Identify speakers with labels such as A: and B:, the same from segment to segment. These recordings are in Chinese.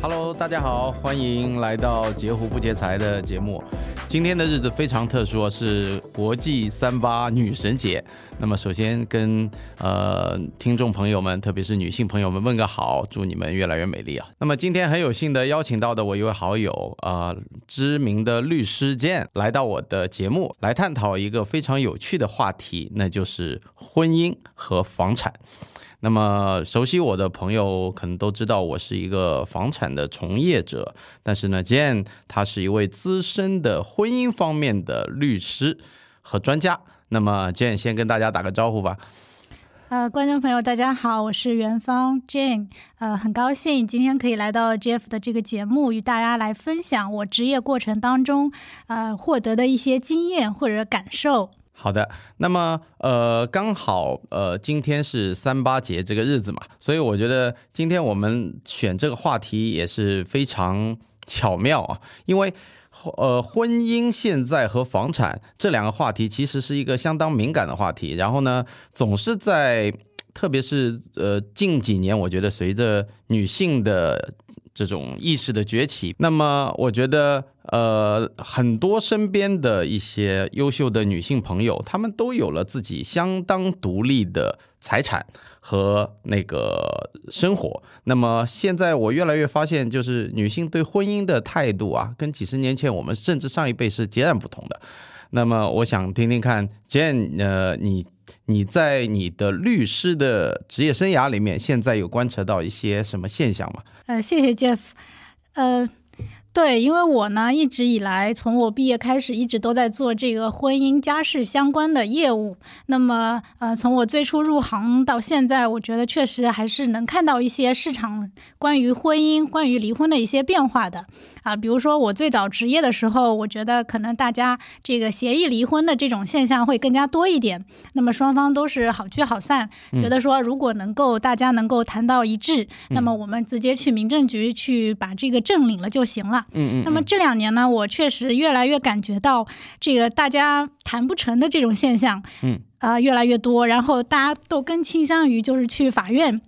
A: Hello，大家好，欢迎来到截胡不截财的节目。今天的日子非常特殊啊，是国际三八女神节。那么首先跟呃听众朋友们，特别是女性朋友们问个好，祝你们越来越美丽啊。那么今天很有幸的邀请到的我一位好友啊、呃知名的律师健来到我的节目，来探讨一个非常有趣的话题，那就是婚姻和房产。那么熟悉我的朋友可能都知道，我是一个房产的从业者，但是呢，Jane 他是一位资深的婚姻方面的律师和专家。那么 Jane 先跟大家打个招呼吧。
B: 呃，观众朋友，大家好，我是元芳 Jane，呃，很高兴今天可以来到 Jeff 的这个节目，与大家来分享我职业过程当中呃获得的一些经验或者感受。
A: 好的，那么呃，刚好呃，今天是三八节这个日子嘛，所以我觉得今天我们选这个话题也是非常巧妙啊，因为呃，婚姻现在和房产这两个话题其实是一个相当敏感的话题，然后呢，总是在特别是呃近几年，我觉得随着女性的这种意识的崛起，那么我觉得呃很多身边的一些优秀的女性朋友，她们都有了自己相当独立的财产和那个生活。那么现在我越来越发现，就是女性对婚姻的态度啊，跟几十年前我们甚至上一辈是截然不同的。那么我想听听看，Jane，呃，你你在你的律师的职业生涯里面，现在有观察到一些什么现象吗？
B: 呃，谢谢 Jeff，呃。对，因为我呢一直以来，从我毕业开始，一直都在做这个婚姻家事相关的业务。那么，呃，从我最初入行到现在，我觉得确实还是能看到一些市场关于婚姻、关于离婚的一些变化的啊。比如说，我最早职业的时候，我觉得可能大家这个协议离婚的这种现象会更加多一点。那么双方都是好聚好散，觉得说如果能够大家能够谈到一致，
A: 嗯
B: 那么我们直接去民政局去把这个证领了就行了。
A: 嗯
B: 那么这两年呢，我确实越来越感觉到这个大家谈不成的这种现象，
A: 嗯，
B: 啊，越来越多，然后大家都更倾向于就是去法院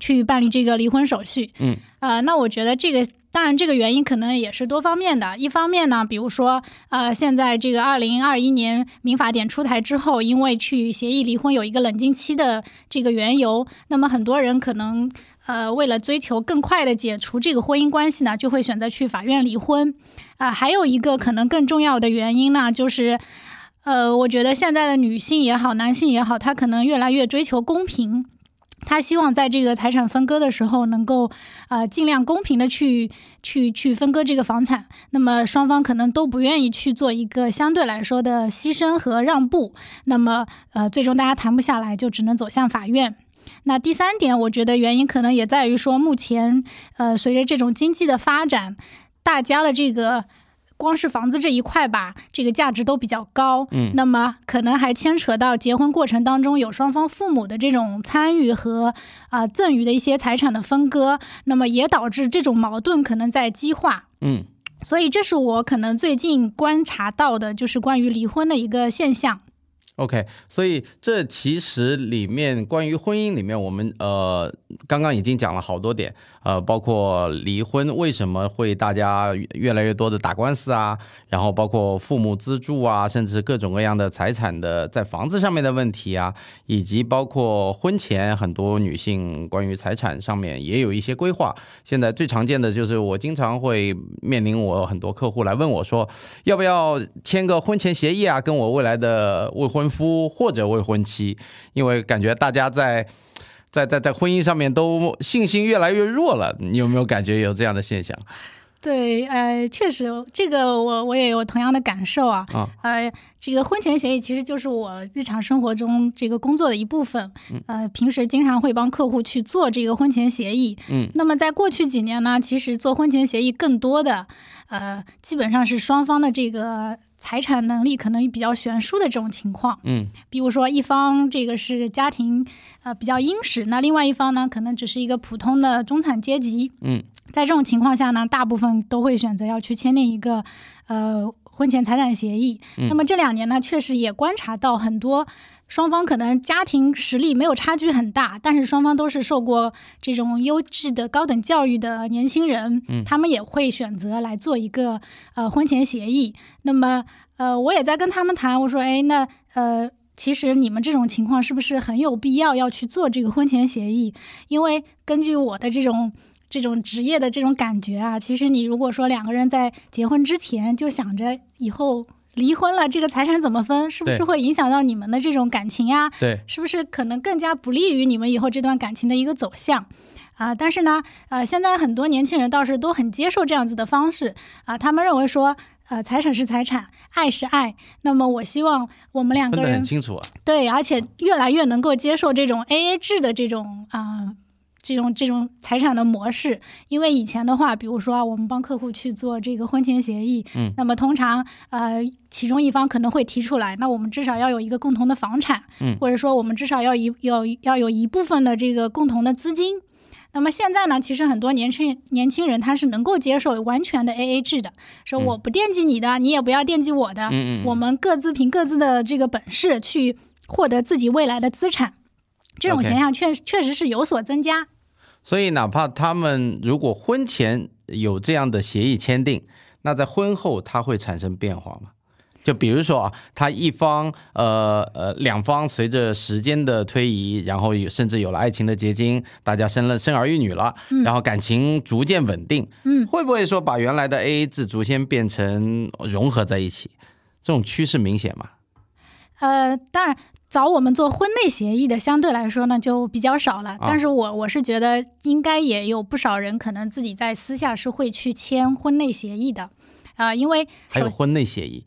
B: 去办理这个离婚手续，
A: 嗯，
B: 啊，那我觉得这个。当然，这个原因可能也是多方面的。一方面呢，比如说，呃，现在这个二零二一年民法典出台之后，因为去协议离婚有一个冷静期的这个缘由，那么很多人可能呃，为了追求更快的解除这个婚姻关系呢，就会选择去法院离婚。啊、还有一个可能更重要的原因呢，就是，呃，我觉得现在的女性也好，男性也好，他可能越来越追求公平。他希望在这个财产分割的时候，能够呃尽量公平的去去去分割这个房产。那么双方可能都不愿意去做一个相对来说的牺牲和让步。那么呃，最终大家谈不下来，就只能走向法院。那第三点，我觉得原因可能也在于说，目前呃，随着这种经济的发展，大家的这个光是房子这一块吧，这个价值都比较高。嗯，那么可能还牵扯到结婚过程当中有双方父母的这种参与和啊、赠与的一些财产的分割，那么也导致这种矛盾可能在激化。
A: 嗯
B: 所以这是我可能最近观察到的，就是关于离婚的一个现象。
A: OK，所以这其实里面关于婚姻里面，我们呃刚刚已经讲了好多点，呃，包括离婚为什么会大家越越来越多的打官司啊，然后包括父母资助啊，甚至各种各样的财产的在房子上面的问题啊，以及包括婚前很多女性关于财产上面也有一些规划。现在最常见的就是我经常会面临我很多客户来问我说，要不要签个婚前协议啊，跟我未来的未婚夫或者未婚妻，因为感觉大家在在在在婚姻上面都信心越来越弱了，你有没有感觉有这样的现象？
B: 对，呃，确实，这个我我也有同样的感受啊。
A: 啊
B: 呃，这个婚前协议其实就是我日常生活中这个工作的一部分。
A: 嗯
B: 呃，平时经常会帮客户去做这个婚前协议。
A: 嗯。
B: 那么在过去几年呢，其实做婚前协议更多的，呃，基本上是双方的这个财产能力可能比较悬殊的这种情况。
A: 嗯
B: 比如说一方这个是家庭呃比较殷实，那另外一方呢可能只是一个普通的中产阶级。
A: 嗯
B: 在这种情况下呢，大部分都会选择要去签订一个呃婚前财产协议。那么这两年呢，确实也观察到很多双方可能家庭实力没有差距很大，但是双方都是受过这种优质的高等教育的年轻人，他们也会选择来做一个呃婚前协议。那么呃，我也在跟他们谈，我说，哎，那呃。其实你们这种情况是不是很有必要要去做这个婚前协议？因为根据我的这种这种职业的这种感觉啊，其实你如果说两个人在结婚之前就想着以后离婚了，这个财产怎么分，是不是
A: 对
B: 会影响到你们的这种感情啊呀？
A: 对，
B: 是不是可能更加不利于你们以后这段感情的一个走向？啊，但是呢，呃，现在很多年轻人倒是都很接受这样子的方式啊，他们认为说，呃，财产是财产，爱是爱。那么我希望我们两
A: 分
B: 个
A: 得
B: 人
A: 很清楚啊。
B: 对，而且越来越能够接受这种 AA 制的这种啊、这种这种财产的模式。因为以前的话，比如说啊我们帮客户去做这个婚前协议，
A: 嗯
B: 那么通常呃其中一方可能会提出来，那我们至少要有一个共同的房产，
A: 嗯
B: 或者说我们至少要一要要有一部分的这个共同的资金。那么现在呢，其实很多年轻年轻人他是能够接受完全的 AA 制的，说我不惦记你的，你也不要惦记我的，
A: 嗯嗯嗯
B: 我们各自凭各自的这个本事去获得自己未来的资产。这种
A: OK
B: 现象确确实是有所增加，
A: 所以哪怕他们如果婚前有这样的协议签订，那在婚后它会产生变化吗？就比如说啊，他一方呃呃两方随着时间的推移，然后有甚至有了爱情的结晶，大家生了生儿育女了，然后感情逐渐稳定，
B: 嗯，
A: 会不会说把原来的 AA 制逐渐变成融合在一起？这种趋势明显吗？
B: 呃，当然找我们做婚内协议的相对来说呢就比较少
A: 啊
B: 了，但是我我是觉得应该也有不少人可能自己在私下是会去签婚内协议的，啊、因为
A: 还有
B: 首
A: 婚内协议，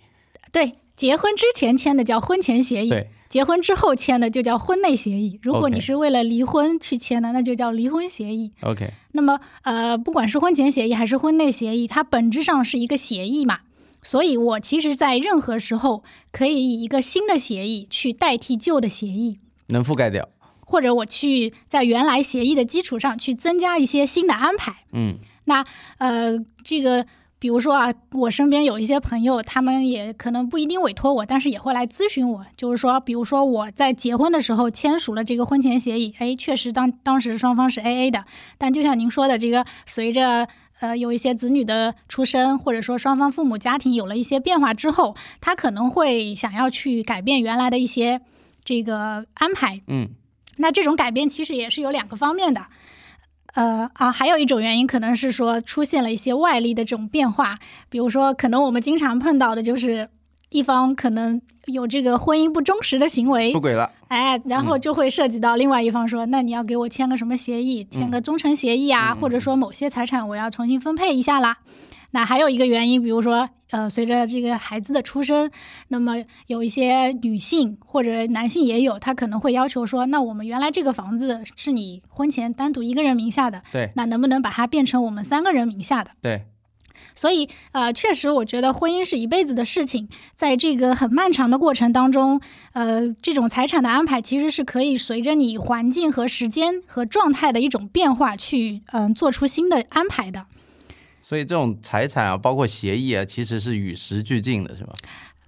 B: 对结婚之前签的叫婚前协议，
A: 对，
B: 结婚之后签的就叫婚内协议。如果
A: OK
B: 你是为了离婚去签的，那就叫离婚协议。
A: OK，
B: 那么，呃，不管是婚前协议还是婚内协议，它本质上是一个协议嘛。所以我其实，在任何时候可以以一个新的协议去代替旧的协议，
A: 能覆盖掉，
B: 或者我去在原来协议的基础上去增加一些新的安排。
A: 嗯
B: 那呃，这个比如说啊，我身边有一些朋友，他们也可能不一定委托我，但是也会来咨询我。就是说，比如说我在结婚的时候签署了这个婚前协议，哎，确实当当时双方是 A A 的，但就像您说的，这个随着。呃，有一些子女的出生，或者说双方父母家庭有了一些变化之后，他可能会想要去改变原来的一些这个安排，
A: 嗯，
B: 那这种改变其实也是有两个方面的，呃啊，还有一种原因可能是说出现了一些外力的这种变化，比如说可能我们经常碰到的就是一方可能有这个婚姻不忠实的行为
A: 出，轨了，
B: 哎，然后就会涉及到另外一方说，那你要给我签个什么协议，签个忠诚协议啊，或者说某些财产我要重新分配一下啦。那还有一个原因，比如说，呃，随着这个孩子的出生，那么有一些女性或者男性也有，他可能会要求说，那我们原来这个房子是你婚前单独一个人名下的，
A: 对
B: 那能不能把它变成我们三个人名下的？
A: 对，
B: 所以，呃，确实，我觉得婚姻是一辈子的事情，在这个很漫长的过程当中，呃，这种财产的安排其实是可以随着你环境和时间和状态的一种变化去，嗯、做出新的安排的。
A: 所以这种财产啊，包括协议啊，其实是与时俱进的，是吧？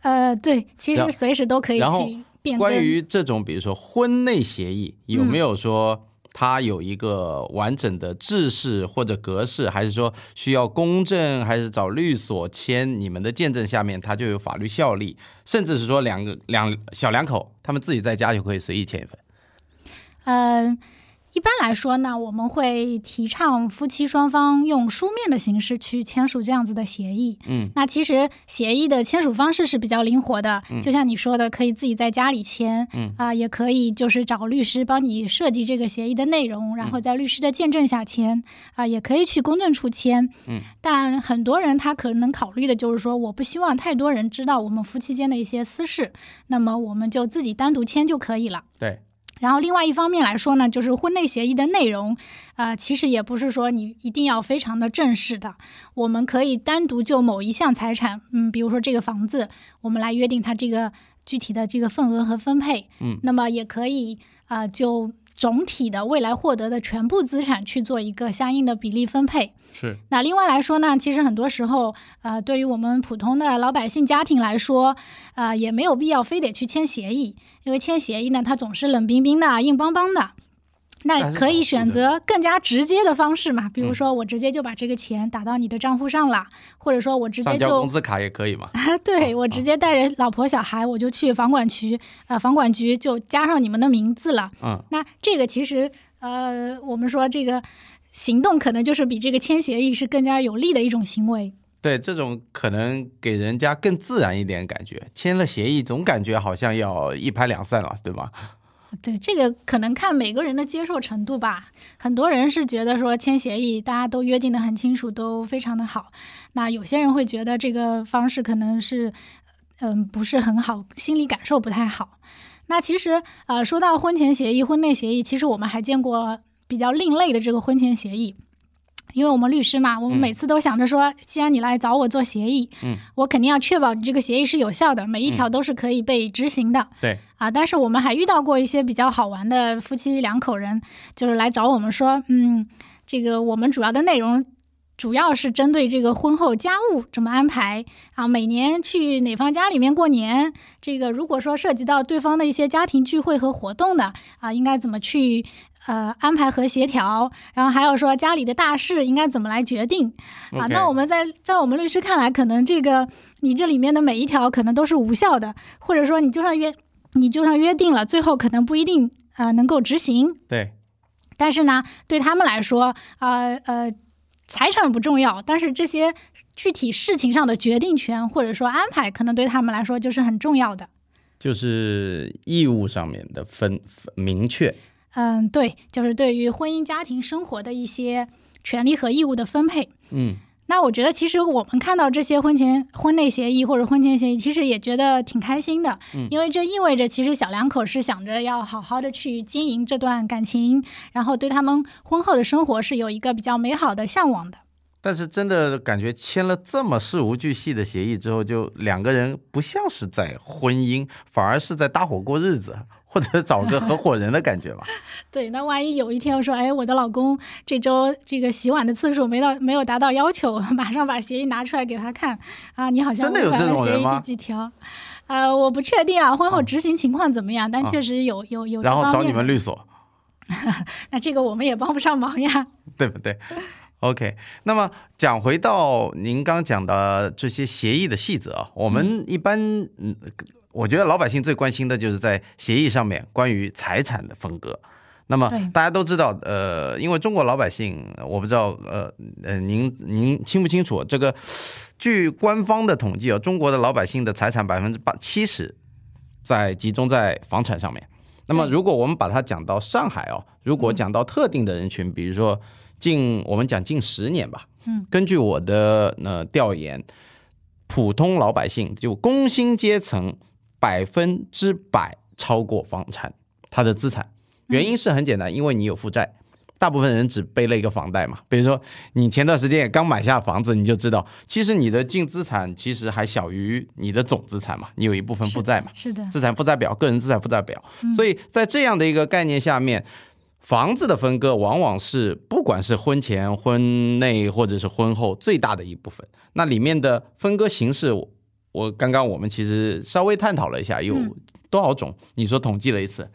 B: 呃，对，其
A: 然
B: 实随时都可以
A: 然后
B: 去变更。
A: 关于这种，比如说婚内协议，有
B: 嗯
A: 没有说它有一个完整的制式或者格式，还是说需要公证，还是找律所签？你们的见证下面它就有法律效力，甚至是说两个两小两口他们自己在家就可以随意签一份。
B: 嗯，一般来说呢，我们会提倡夫妻双方用书面的形式去签署这样子的协议。
A: 嗯，
B: 那其实协议的签署方式是比较灵活的，
A: 嗯
B: 就像你说的，可以自己在家里签，嗯啊、也可以就是找律师帮你设计这个协议的内容，
A: 嗯
B: 然后在律师的见证下签，啊、也可以去公证处签。
A: 嗯，
B: 但很多人他可能考虑的就是说，我不希望太多人知道我们夫妻间的一些私事，那么我们就自己单独签就可以了。
A: 对，
B: 然后另外一方面来说呢，就是婚内协议的内容，呃，其实也不是说你一定要非常的正式的，我们可以单独就某一项财产，嗯，比如说这个房子，我们来约定它这个具体的这个份额和分配，
A: 嗯，
B: 那么也可以啊、呃就总体的未来获得的全部资产去做一个相应的比例分配。
A: 是
B: 那另外来说呢，其实很多时候，呃，对于我们普通的老百姓家庭来说，呃，也没有必要非得去签协议，因为签协议呢，它总是冷冰冰的、硬邦邦的。
A: 还
B: 那
A: 是
B: 可
A: 好
B: 以
A: 处
B: 选
A: 的
B: 择更加直接的方式嘛，比如
A: 嗯
B: 说我直接就把这个钱打到你的账户上了，或者说我直接
A: 上交
B: 就
A: 工资卡也可以嘛？
B: 啊， 对我直接带着老婆小孩，我就去房管局啊、呃房管局就加上你们的名字了。
A: 嗯，
B: 那这个其实呃，我们说这个行动可能就是比这个签协议是更加有利的一种行为。
A: 对，这种可能给人家更自然一点感觉。签了协议，总感觉好像要一拍两散了，对吧？
B: 对，这个可能看每个人的接受程度吧。很多人是觉得说签协议大家都约定的很清楚，都非常的好。那有些人会觉得这个方式可能是，嗯，不是很好，心理感受不太好。那其实，呃，说到婚前协议、婚内协议，其实我们还见过比较另类的这个婚前协议。因为我们律师嘛，我
A: 嗯
B: 们每次都想着说，既然你来找我做协议，
A: 嗯
B: 我肯定要确保你这个协议是有效的，每一条都是可以被执行的。
A: 对，
B: 啊，但是我们还遇到过一些比较好玩的夫妻两口人，就是来找我们说，嗯，这个我们主要的内容主要是针对这个婚后家务怎么安排啊，每年去哪方家里面过年，这个如果说涉及到对方的一些家庭聚会和活动的啊，应该怎么去呃安排和协调，然后还有说家里的大事应该怎么来决定，啊，
A: OK
B: 那我们在在我们律师看来，可能这个你这里面的每一条可能都是无效的，或者说你就算约你就算约定了，最后可能不一定呃能够执行。
A: 对，
B: 但是呢，对他们来说，呃呃，财产不重要，但是这些具体事情上的决定权或者说安排，可能对他们来说就是很重要的。
A: 就是义务上面的分分明确。
B: 嗯，对，就是对于婚姻家庭生活的一些权利和义务的分配。
A: 嗯，
B: 那我觉得，其实我们看到这些婚前婚内协议或者婚前协议，其实也觉得挺开心的，
A: 嗯
B: 因为这意味着其实小两口是想着要好好的去经营这段感情，然后对他们婚后的生活是有一个比较美好的向往的。
A: 但是真的感觉签了这么事无巨细的协议之后，就两个人不像是在婚姻，反而是在搭伙过日子，或者找个合伙人的感 觉吧。
B: 对，那万一有一天我说，哎，我的老公这周这个洗碗的次数没到，没有达到要求， 马上把协议拿出来给他看啊，你好像
A: 真的有
B: 违反
A: 这
B: 了
A: 种
B: 协
A: 人
B: 议
A: 吗
B: 这几条。呃，我不确定啊，婚后
A: 哦
B: 执行情况怎么样，但
A: 哦
B: 确实有有有这
A: 然后
B: 方
A: 找
B: 面
A: 你们
B: 的
A: 律所，
B: 那这个我们也帮不上忙呀。
A: 对不对？OK，那么讲回到您刚讲的这些协议的细则啊，我们一般嗯，我觉得老百姓最关心的就是在协议上面关于财产的分割。那么
B: 对
A: 大家都知道，呃，因为中国老百姓，我不知道，呃呃，您您清不清楚这个？据官方的统计啊，中国的老百姓的财产百分之八七十在集中在房产上面。那么，
B: 对嗯
A: 如果我们把它讲到上海哦，如果讲到特定的人群，比如说近我们讲近十年吧，
B: 嗯，
A: 根据我的呃调研，普通老百姓就工薪阶层百分之百超过房产他的资产，原因是很简
B: 嗯
A: 单，因为你有负债。大部分人只背了一个房贷嘛，比如说你前段时间也刚买下房子，你就知道，其实你的净资产其实还小于你的总资产嘛，你有一部分负债嘛。
B: 是的，
A: 资产负债表、个人资产负债表。
B: 嗯
A: 所以在这样的一个概念下面，房子的分割往往是不管是婚前、婚内或者是婚后最大的一部分。那里面的分割形式，我我刚刚我们其实稍微探讨了一下，有
B: 嗯
A: 多少种？你说统计了一次，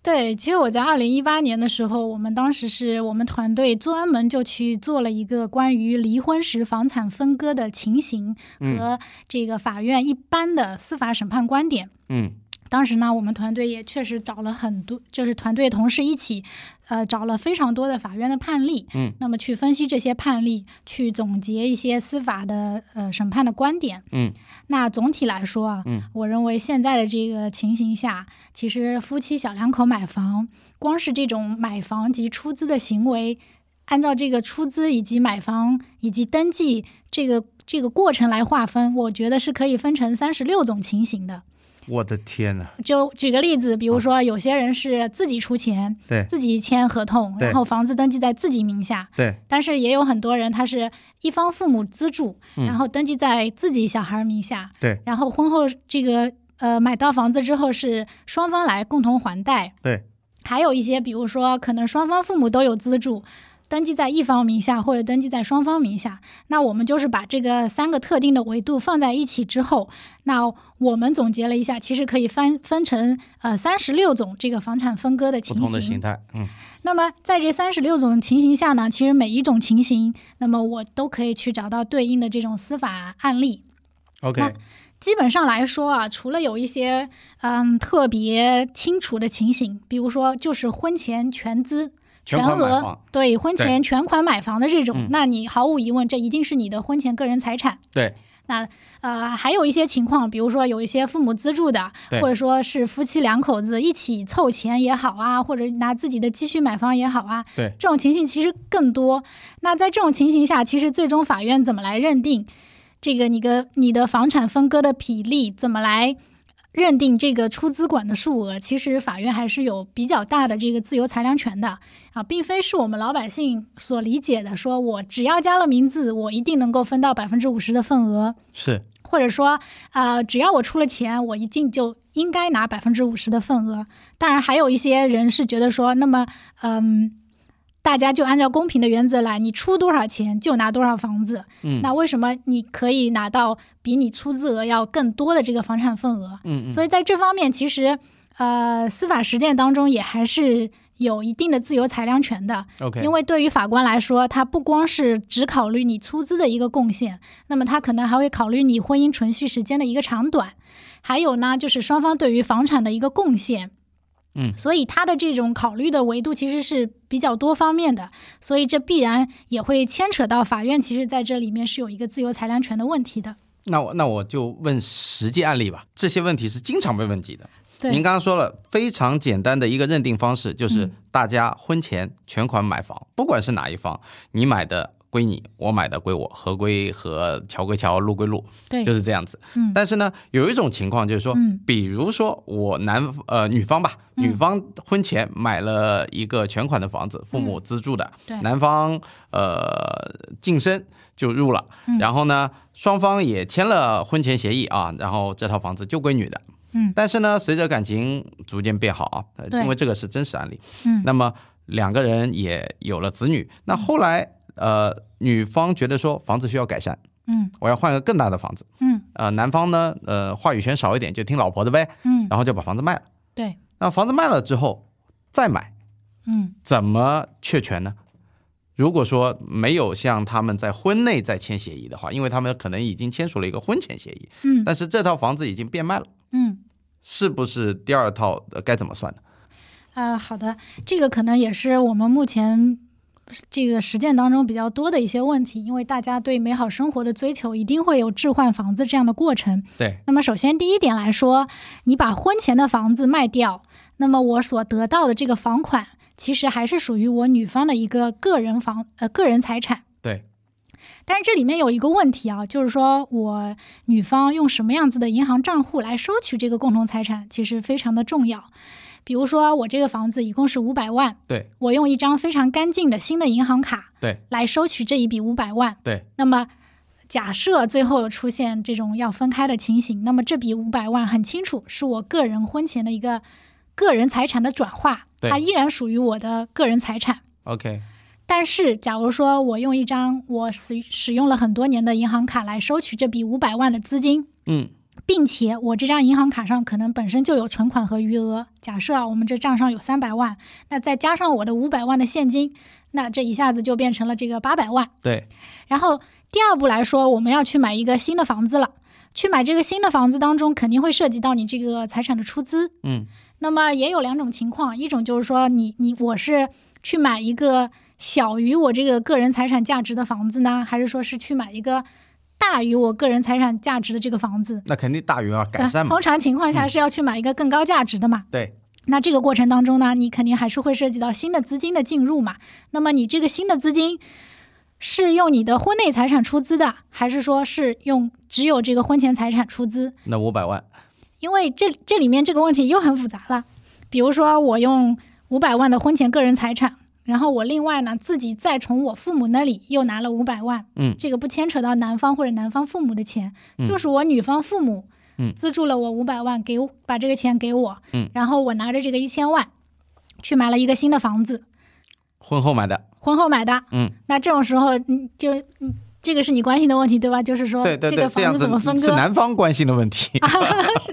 B: 对。其实我在二零一八年的时候，我们当时是我们团队专门就去做了一个关于离婚时房产分割的情形和这个法院一般的司法审判观点。
A: 嗯，
B: 当时呢，我们团队也确实找了很多，就是团队同事一起，呃，找了非常多的法院的判例，
A: 嗯，
B: 那么去分析这些判例，去总结一些司法的呃审判的观点，
A: 嗯，
B: 那总体来说啊，
A: 嗯，
B: 我认为现在的这个情形下，其实夫妻小两口买房，光是这种买房及出资的行为，按照这个出资以及买房以及登记这个这个过程来划分，我觉得是可以分成三十六种情形的。
A: 我的天呐，
B: 就举个例子，比如说有些人是自己出钱，
A: 嗯对
B: 自己签合同，
A: 对
B: 然后房子登记在自己名下。
A: 对，
B: 但是也有很多人，他是一方父母资助，
A: 嗯
B: 然后登记在自己小孩名下。
A: 对，
B: 然后婚后这个呃买到房子之后是双方来共同还贷。
A: 对，
B: 还有一些，比如说可能双方父母都有资助，登记在一方名下或者登记在双方名下，那我们就是把这个三个特定的维度放在一起之后，那我们总结了一下，其实可以分分成呃三十六种这个房产分割的
A: 不
B: 情
A: 同的
B: 形
A: 形态，嗯，
B: 那么在这三十六种情形下呢，其实每一种情形，那么我都可以去找到对应的这种司法案例。
A: OK，
B: 那基本上来说啊，除了有一些嗯特别清楚的情形，比如说就是婚前全资。
A: 全款买
B: 额
A: 房
B: 对婚
A: 对
B: 前全款买房的这
A: 嗯
B: 种，那你毫无疑问，这一定是你的婚前个人财产。
A: 对，
B: 那呃，还有一些情况，比如说有一些父母资助的，
A: 对
B: 或者说是夫妻两口子一起凑钱也好啊，或者拿自己的积蓄买房也好啊，
A: 对
B: 这种情形其实更多。那在这种情形下，其实最终法院怎么来认定这个你的你的房产分割的比例，怎么来认定这个出资管的数额，其实法院还是有比较大的这个自由裁量权的啊，并非是我们老百姓所理解的，说我只要加了名字，我一定能够分到百分之五十的份额。
A: 是，
B: 或者说，呃，只要我出了钱，我一定就应该拿百分之五十的份额。当然，还有一些人是觉得说，那么，嗯，大家就按照公平的原则来，你出多少钱就拿多少房子。
A: 嗯
B: 那为什么你可以拿到比你出资额要更多的这个房产份额？
A: 嗯嗯，
B: 所以在这方面，其实，呃，司法实践当中也还是有一定的自由裁量权的。
A: ，OK，
B: 因为对于法官来说，他不光是只考虑你出资的一个贡献，那么他可能还会考虑你婚姻存续时间的一个长短，还有呢，就是双方对于房产的一个贡献。
A: 嗯
B: 所以他的这种考虑的维度其实是比较多方面的，所以这必然也会牵扯到法院，其实在这里面是有一个自由裁量权的问题的。
A: 那我那我就问实际案例吧，这些问题是经常被问及的。
B: 对，
A: 您刚刚说了非常简单的一个认定方式，就是
B: 嗯
A: 大家婚前全款买房，不管是哪一方，你买的归你，我买的归我，河归河，桥归桥，路归路，
B: 对，
A: 就是这样子。
B: 嗯
A: 但是呢，有一种情况就是说，
B: 嗯
A: 比如说我男呃女方吧，
B: 嗯
A: 女方婚前买了一个全款的房子，父母资助的，
B: 对
A: 男方呃晋升就入了，
B: 嗯
A: 然后呢，双方也签了婚前协议啊，然后这套房子就归女的。
B: 嗯
A: 但是呢，随着感情逐渐变好啊，呃
B: 对
A: 因为这个是真实案例，
B: 嗯
A: 那么两个人也有了子女，那后来呃女方觉得说房子需要改善，
B: 嗯
A: 我要换个更大的房子。
B: 嗯
A: 呃，男方呢，呃，话语权少一点，就听老婆的呗，
B: 嗯，
A: 然后就把房子卖了。
B: 对，
A: 那房子卖了之后再买，
B: 嗯
A: 怎么确权呢？如果说没有像他们在婚内再签协议的话，因为他们可能已经签署了一个婚前协议，
B: 嗯
A: 但是这套房子已经变卖了，
B: 嗯。
A: 是不是第二套呃该怎么算呢？
B: 啊、好的，这个可能也是我们目前这个实践当中比较多的一些问题，因为大家对美好生活的追求一定会有置换房子这样的过程。
A: 对，
B: 那么，首先第一点来说，你把婚前的房子卖掉，那么我所得到的这个房款，其实还是属于我女方的一个个人房呃个人财产。
A: 对，
B: 但是这里面有一个问题啊，就是说我女方用什么样子的银行账户来收取这个共同财产，其实非常的重要。比如说，我这个房子一共是五百万，
A: 对，
B: 我用一张非常干净的新的银行卡
A: 对，
B: 来收取这一笔五百万。
A: 对，
B: 那么，假设最后出现这种要分开的情形，那么这笔五百万很清楚是我个人婚前的一个个人财产的转化，
A: 对
B: 它依然属于我的个人财产。
A: ，OK，
B: 但是，假如说我用一张我使使用了很多年的银行卡来收取这笔五百万的资金，
A: 嗯，
B: 并且我这张银行卡上可能本身就有存款和余额，假设啊，我们这账上有三百万，那再加上我的五百万的现金，那这一下子就变成了这个八百万。
A: 对，
B: 然后第二步来说，我们要去买一个新的房子了。去买这个新的房子当中，肯定会涉及到你这个财产的出资。
A: 嗯，
B: 那么也有两种情况，一种就是说你你我是去买一个小于我这个个人财产价值的房子呢，还是说是去买一个大于我个人财产价值的这个房子？
A: 那肯定大于啊，改
B: 对
A: 善嘛嗯
B: 通，常情况下是要去买一个更高价值的嘛。
A: 对，
B: 那这个过程当中呢，你肯定还是会涉及到新的资金的进入嘛。那么你这个新的资金是用你的婚内财产出资的，还是说是用只有这个婚前财产出资？
A: 那五百万，
B: 因为这这里面这个问题又很复杂了。比如说，我用五百万的婚前个人财产，然后我另外呢自己再从我父母那里又拿了五百万，
A: 嗯
B: 这个不牵扯到男方或者男方父母的钱，就是我女方父母，
A: 嗯
B: 资助了我五百万，给我把这个钱给我，
A: 嗯
B: 然后我拿着这个一千万，去买了一个新的房子，
A: 婚后买的，
B: 婚后买的。
A: 嗯，
B: 那这种时候，你就嗯这个是你关心的问题，对吧？就是说
A: 对对
B: 这
A: 对，这
B: 个房
A: 样
B: 子
A: 子
B: 怎么分
A: 是
B: 割，啊
A: 男方关心的问题。
B: 是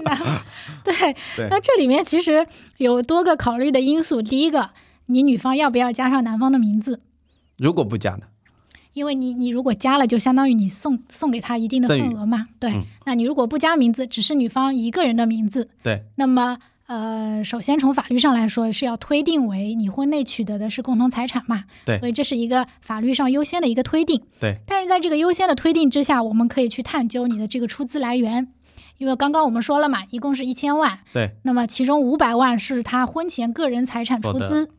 B: 的，对
A: 对。
B: 那这里面其实有多个考虑的因素。第一个，你女方要不要加上男方的名字？
A: 如果不加呢？
B: 因为你你如果加了，就相当于你送送给他一定的
A: 赠与
B: 份额嘛。对，
A: 嗯
B: 那你如果不加名字，只是女方一个人的名字，
A: 对，
B: 那么呃，首先从法律上来说是要推定为你婚内取得的是共同财产嘛。
A: 对
B: 所以这是一个法律上优先的一个推定。
A: 对，
B: 但是在这个优先的推定之下，我们可以去探究你的这个出资来源，因为刚刚我们说了嘛，一共是一千万，
A: 对，
B: 那么其中五百万是他婚前个人财产出
A: 所得
B: 资，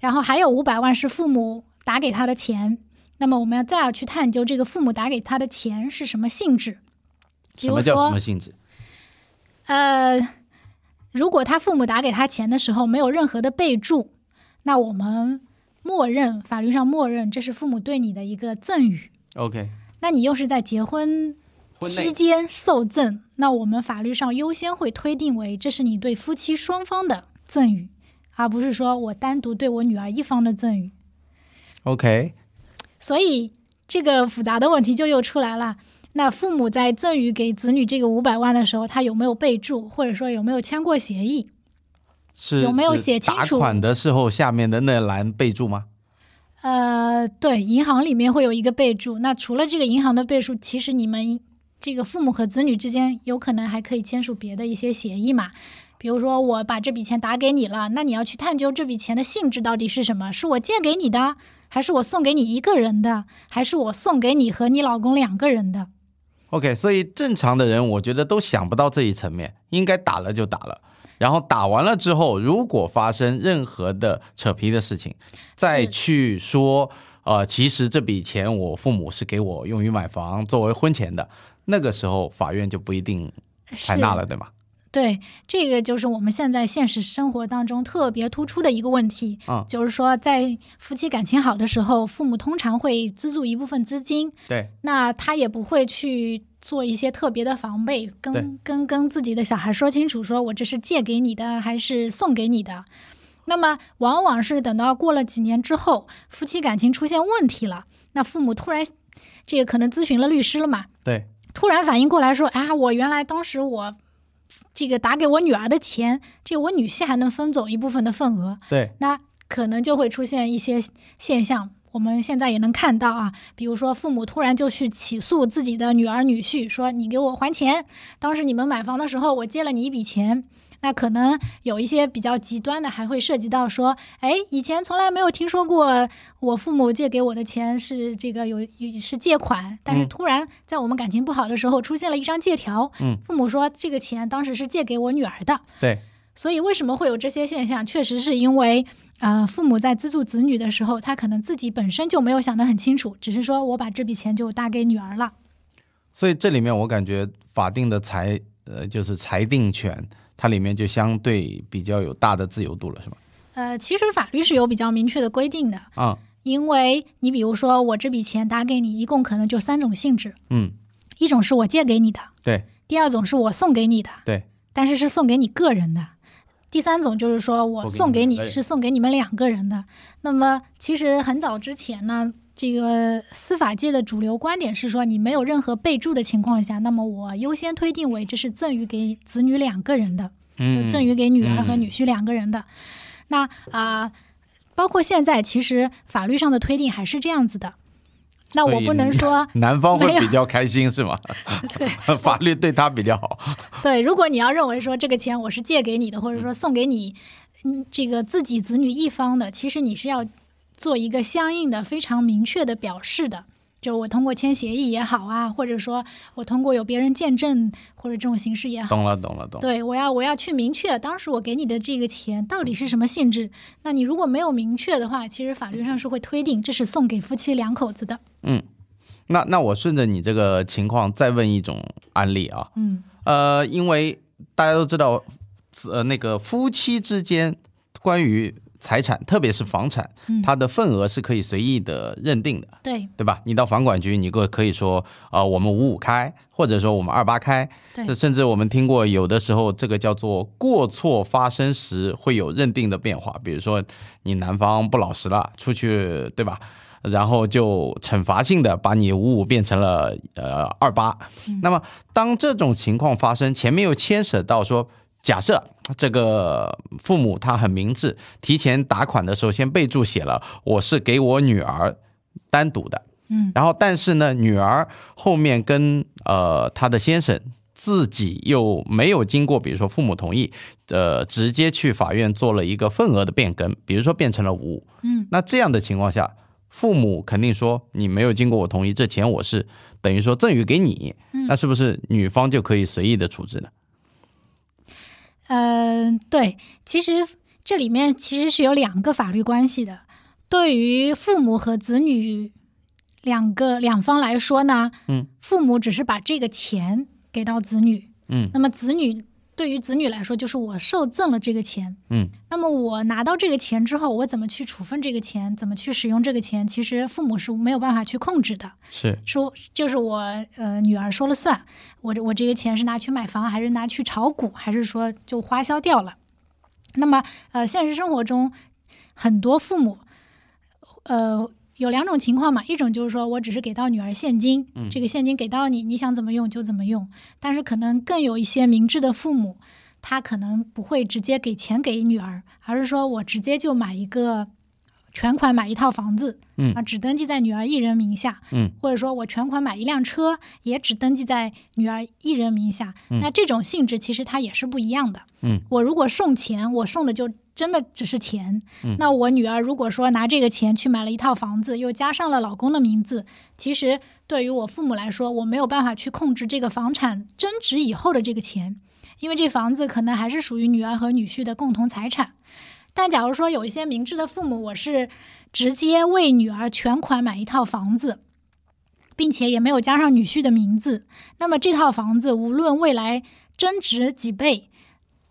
B: 然后还有五百万是父母打给他的钱。那么我们要再要去探究这个父母打给他的钱是什么性质。比
A: 什
B: 如
A: 么叫
B: 说
A: 什么性质？
B: 呃，如果他父母打给他钱的时候没有任何的备注，那我们默认法律上默认这是父母对你的一个赠与。
A: OK，
B: 那你又是在结婚
A: 婚内
B: 期间受赠，那我们法律上优先会推定为这是你对夫妻双方的赠与，而不是说我单独对我女儿一方的赠与。
A: OK，
B: 所以这个复杂的问题就又出来了。那父母在赠与给子女这个五百万的时候，他有没有备注，或者说有没有签过协议？
A: 是
B: 有没有
A: 指
B: 写清
A: 打
B: 楚
A: 款的时候下面的那栏备注吗？
B: 呃，对，银行里面会有一个备注。那除了这个银行的备注，其实你们这个父母和子女之间有可能还可以签署别的一些协议嘛。比如说，我把这笔钱打给你了，那你要去探究这笔钱的性质到底是什么？是我借给你的，还是我送给你一个人的，还是我送给你和你老公两个人的？
A: OK，所以正常的人我觉得都想不到这一层面，应该打了就打了。然后打完了之后，如果发生任何的扯皮的事情，再去说，呃，其实这笔钱我父母是给我用于买房作为婚前的，那个时候法院就不一定采
B: 是
A: 纳了，对吗？
B: 对，这个就是我们现在现实生活当中特别突出的一个问题，
A: 嗯
B: 就是说在夫妻感情好的时候，父母通常会资助一部分资金，
A: 对
B: 那他也不会去做一些特别的防备，
A: 对
B: 跟跟跟自己的小孩说清楚，说我这是借给你的还是送给你的。那么，往往是等到过了几年之后，夫妻感情出现问题了，那父母突然，这个可能咨询了律师了嘛，
A: 对
B: 突然反应过来说：“啊，我原来当时我这个打给我女儿的钱，这我女婿还能分走一部分的份额。
A: 对”
B: 那可能就会出现一些现象，我们现在也能看到啊，比如说父母突然就去起诉自己的女儿女婿，说：“你给我还钱，当时你们买房的时候，我借了你一笔钱。”那可能有一些比较极端的，还会涉及到说，哎，以前从来没有听说过我父母借给我的钱是这个有有是借款，但是
A: 嗯
B: 突然在我们感情不好的时候出现了一张借条，
A: 嗯
B: 父母说这个钱当时是借给我女儿的，
A: 对
B: 所以为什么会有这些现象？确实是因为，呃，父母在资助子女的时候，他可能自己本身就没有想得很清楚，只是说我把这笔钱就打给女儿了。
A: 所以这里面我感觉法定的裁呃就是裁定权，它里面就相对比较有大的自由度了，是吧？
B: 呃，其实法律是有比较明确的规定的，
A: 啊、
B: 因为你比如说我这笔钱打给你，一共可能就三种性质，
A: 嗯，
B: 一种是我借给你的，
A: 对
B: 第二种是我送给你的，
A: 对
B: 但是是送给你个人的。第三种就是说
A: 我给你
B: 我送给
A: 两个
B: 你
A: 人
B: 是送给你们两个人的。那么其实很早之前呢，这个司法界的主流观点是说，你没有任何备注的情况下，那么我优先推定为这是赠与给子女两个人的，
A: 嗯
B: 就赠与给女儿和
A: 嗯
B: 女婿两个人的。那啊、包括现在其实法律上的推定还是这样子的。那
A: 所
B: 我
A: 以
B: 不能
A: 你
B: 说
A: 男方
B: 没
A: 会
B: 有
A: 比较开心是吗？对， 法律对他比较好。
B: 对，如果你要认为说这个钱我是借给你的，或者说送给你，嗯，这个自己子女一方的，其实你是要做一个相应的非常明确的表示的。就我通过签协议也好啊，或者说我通过有别人见证或者这种形式也好，
A: 懂了，懂了，懂了。
B: 对我要我要去明确当时我给你的这个钱到底是什么性质。那你如果没有明确的话，其实法律上是会推定这是送给夫妻两口子的。
A: 那那我顺着你这个情况再问一种案例啊，
B: 嗯，
A: 呃，因为大家都知道，呃，那个夫妻之间关于财产，特别是房产，它的份额是可以随意的认定的，
B: 对
A: 对吧？你到房管局，你可可以说，呃，我们五五开，或者说我们二八开，
B: 对
A: 那甚至我们听过有的时候这个叫做过错发生时会有认定的变化，比如说你男方不老实了，出去对吧？然后就惩罚性的把你五五变成了呃二八，那么当这种情况发生，前面又牵扯到说，假设这个父母他很明智，提前打款的时候先备注写了我是给我女儿单独的，
B: 嗯，
A: 然后但是呢，女儿后面跟呃她的先生。自己又没有经过，比如说父母同意，呃，直接去法院做了一个份额的变更，比如说变成了五五，
B: 嗯，
A: 那这样的情况下，父母肯定说你没有经过我同意，这钱我是等于说赠与给你，那是不是女方就可以随意的处置呢？
B: 嗯，对，其实这里面其实是有两个法律关系的。对于父母和子女两个两方来说呢，
A: 嗯，
B: 父母只是把这个钱给到子女，
A: 嗯
B: 那么子女对于子女来说，就是我受赠了这个钱，
A: 嗯，
B: 那么我拿到这个钱之后，我怎么去处分这个钱，怎么去使用这个钱，其实父母是没有办法去控制的。
A: 是，
B: 说就是我呃女儿说了算，我这我这个钱是拿去买房，还是拿去炒股，还是说就花销掉了？那么呃，现实生活中很多父母呃有两种情况嘛，一种就是说我只是给到女儿现金，这个现金给到你，你想怎么用就怎么用。但是可能更有一些明智的父母，他可能不会直接给钱给女儿，而是说我直接就买一个全款买一套房子，
A: 嗯
B: 啊，只登记在女儿一人名下，
A: 嗯，
B: 或者说我全款买一辆车，也只登记在女儿一人名下。那这种性质其实它也是不一样的。
A: 嗯，
B: 我如果送钱，我送的就真的只是钱。嗯，那我女儿如果说拿这个钱去买了一套房子，又加上了老公的名字，其实对于我父母来说，我没有办法去控制这个房产增值以后的这个钱，因为这房子可能还是属于女儿和女婿的共同财产。但假如说有一些明智的父母，我是直接为女儿全款买一套房子，并且也没有加上女婿的名字，那么这套房子无论未来增值几倍，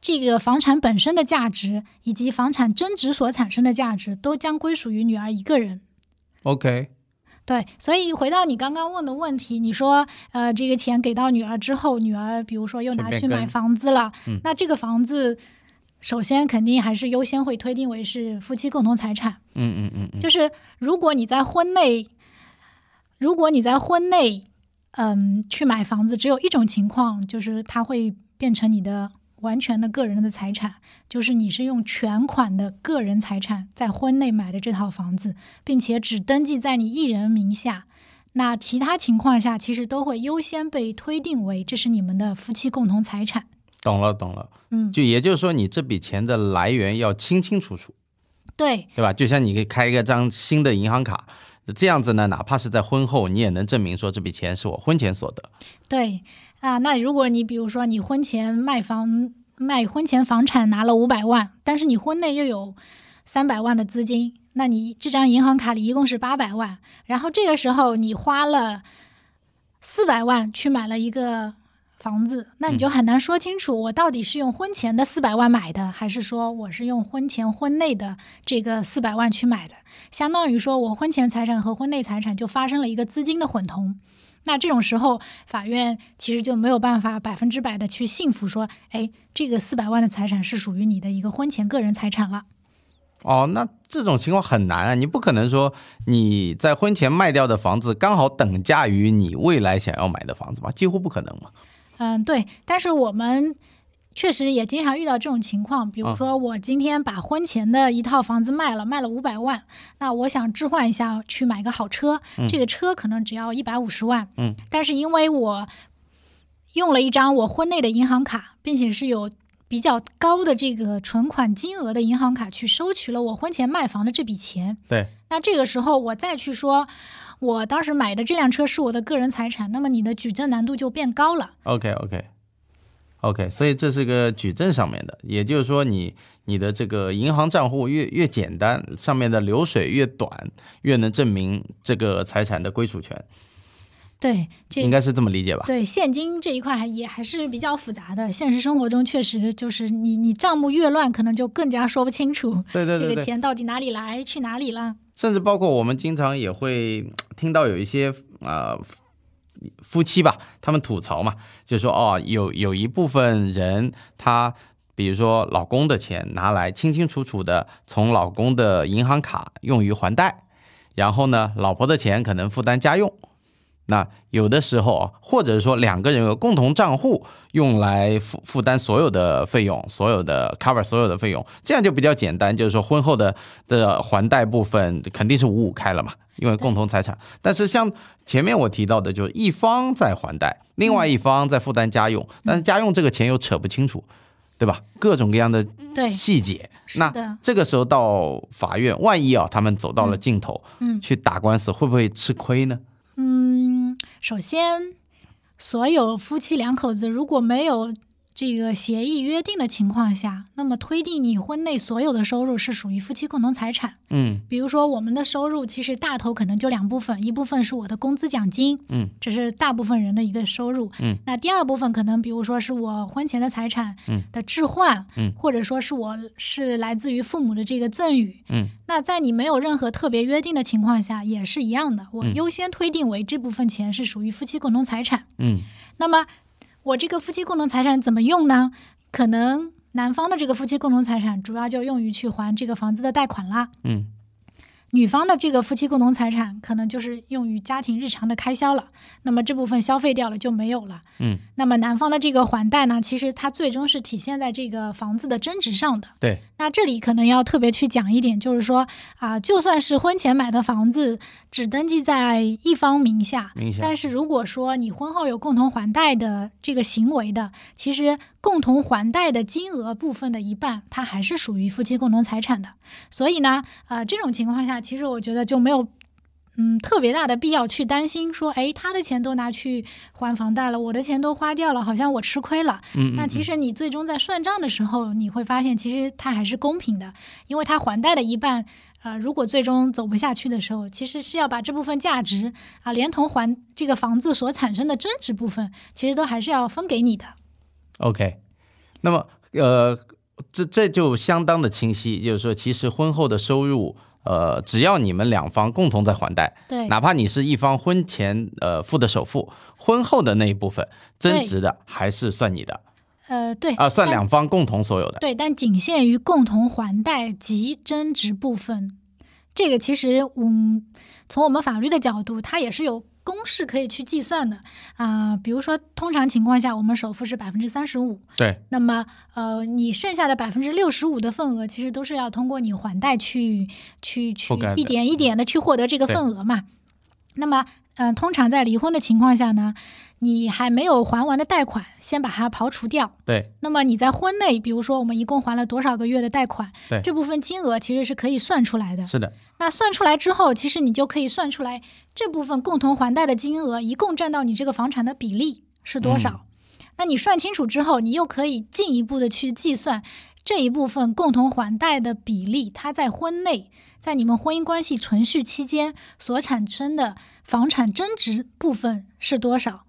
B: 这个房产本身的价值以及房产增值所产生的价值，都将归属于女儿一个人。
A: OK，
B: 对，所以回到你刚刚问的问题，你说，呃，这个钱给到女儿之后，女儿比如说又
A: 顺
B: 拿
A: 便
B: 去买
A: 跟
B: 房子了，
A: 嗯
B: 那这个房子首先肯定还是优先会推定为是夫妻共同财产。
A: 嗯嗯嗯嗯，
B: 就是如果你在婚内，如果你在婚内，嗯，去买房子，只有一种情况，就是它会变成你的完全的个人的财产，就是你是用全款的个人财产在婚内买的这套房子，并且只登记在你一人名下。那其他情况下，其实都会优先被推定为这是你们的夫妻共同财产。
A: 懂了懂了，
B: 嗯，
A: 就也就是说你这笔钱的来源要清清楚楚，
B: 对，
A: 对吧？就像你可以开一个张新的银行卡。这样子呢，哪怕是在婚后，你也能证明说这笔钱是我婚前所得。
B: 对啊，那如果你比如说你婚前卖房卖婚前房产拿了五百万，但是你婚内又有三百万的资金，那你这张银行卡里一共是八百万，然后这个时候你花了四百万去买了一个房子，那你就很难说清楚我到底是用婚前的四百万买的，还是说我是用婚前婚内的这个四百万去买的，相当于说我婚前财产和婚内财产就发生了一个资金的混同。那这种时候，法院其实就没有办法百分之百的去信服说，哎，这个四百万的财产是属于你的一个婚前个人财产了。
A: 哦，那这种情况很难啊！你不可能说你在婚前卖掉的房子刚好等价于你未来想要买的房子吧？几乎不可能嘛。
B: 嗯，对。但是我们确实也经常遇到这种情况，比如说我今天把婚前的一套房子卖了，卖了五百万，那我想置换一下去买个好车，这个车可能只要一百五十万，
A: 嗯，
B: 但是因为我用了一张我婚内的银行卡，并且是有。比较高的这个存款金额的银行卡去收取了我婚前卖房的这笔钱，
A: 对，
B: 那这个时候我再去说，我当时买的这辆车是我的个人财产，那么你的举证难度就变高了。
A: OK OK OK，所以这是个矩阵上面的，也就是说你你的这个银行账户越越简单，上面的流水越短，越能证明这个财产的归属权。
B: 对，这
A: 应该是这么理解吧？
B: 对现金这一块还也还是比较复杂的，现实生活中确实就是你你账目越乱，可能就更加说不清楚
A: 对对
B: 这
A: 对
B: 个
A: 对，
B: 钱到底哪里来去哪里了。
A: 甚至包括我们经常也会嗯听到有一些呃夫夫妻吧，他们吐槽嘛，就说哦，有有一部分人他。比如说，老公的钱拿来清清楚楚的从老公的银行卡用于还贷，然后呢，老婆的钱可能负担家用。那有的时候啊，或者说两个人有共同账户，用来负负担所有的费用，所有的 cover 所有的费用，这样就比较简单。就是说，婚后的的还贷部分肯定是五五开了嘛，因为共同财产。但是像前面我提到的，就是一方在还贷，另外一方在负担家用，
B: 嗯
A: 但是家用这个钱又扯不清楚，对吧？各种各样的
B: 对，
A: 细节。
B: 是
A: 那
B: 的，
A: 这个时候到法院，万一啊，他们走到了尽头，
B: 嗯
A: 去打官司会不会吃亏呢？
B: 嗯，首先，所有夫妻两口子如果没有这个协议约定的情况下，那么推定你婚内所有的收入是属于夫妻共同财产。
A: 嗯
B: 比如说，我们的收入其实大头可能就两部分，一部分是我的工资奖金，
A: 嗯，
B: 这是大部分人的一个收入，
A: 嗯，
B: 那第二部分可能比如说是我婚前的财产，
A: 嗯，
B: 的置换，
A: 嗯，
B: 或者说是我是来自于父母的这个赠与，
A: 嗯，
B: 那在你没有任何特别约定的情况下，也是一样的，我
A: 嗯
B: 优先推定为这部分钱是属于夫妻共同财产。
A: 嗯
B: 那么我这个夫妻共同财产怎么用呢？可能男方的这个夫妻共同财产主要就用于去还这个房子的贷款啦。
A: 嗯
B: 女方的这个夫妻共同财产可能就是用于家庭日常的开销了，那么这部分消费掉了就没有了。
A: 嗯，
B: 那么男方的这个还贷呢，其实它最终是体现在这个房子的增值上的。
A: 对，
B: 那这里可能要特别去讲一点，就是说啊、就算是婚前买的房子只登记在一方名下，
A: 明显
B: 但是如果说你婚后有共同还贷的这个行为的，其实共同还贷的金额部分的一半，它还是属于夫妻共同财产的。所以呢，呃，这种情况下，其实我觉得就没有。嗯，特别大的必要去担心说，哎，他的钱都拿去还房贷了，我的钱都花掉了，好像我吃亏了。
A: 嗯，
B: 那其实你最终在算账的时候，你会发现其实它还是公平的，因为他还贷的一半，呃，如果最终走不下去的时候，其实是要把这部分价值啊、连同还这个房子所产生的增值部分，其实都还是要分给你的。
A: OK，那么呃，这这就相当的清晰，就是说，其实婚后的收入，呃，只要你们两方共同在还贷，
B: 对，
A: 哪怕你是一方婚前呃付的首付，婚后的那一部分增值的还是算你的
B: 呃，对
A: 啊、算
B: 但
A: 两方共同所有的。
B: 对，但仅限于共同还贷及增值部分。这个其实，嗯，从我们法律的角度，它也是有公式可以去计算的啊、比如说，通常情况下，我们首付是百分之三十五，
A: 对，
B: 那么，呃，你剩下的百分之六十五的份额，其实都是要通过你还贷去去去
A: 覆盖的嗯
B: 一点一点的去获得这个
A: 对
B: 份额嘛。那么，嗯、通常在离婚的情况下呢，你还没有还完的贷款，先把它刨除掉。
A: 对，
B: 那么你在婚内，比如说我们一共还了多少个月的贷款
A: 对，
B: 这部分金额其实是可以算出来的。
A: 是的，
B: 那算出来之后，其实你就可以算出来这部分共同还贷的金额一共占到你这个房产的比例是多少。那你算清楚之后，你又可以进一步的去计算这一部分共同还贷的比例，它在婚内，在你们婚姻关系存续期间所产生的房产增值部分是多少。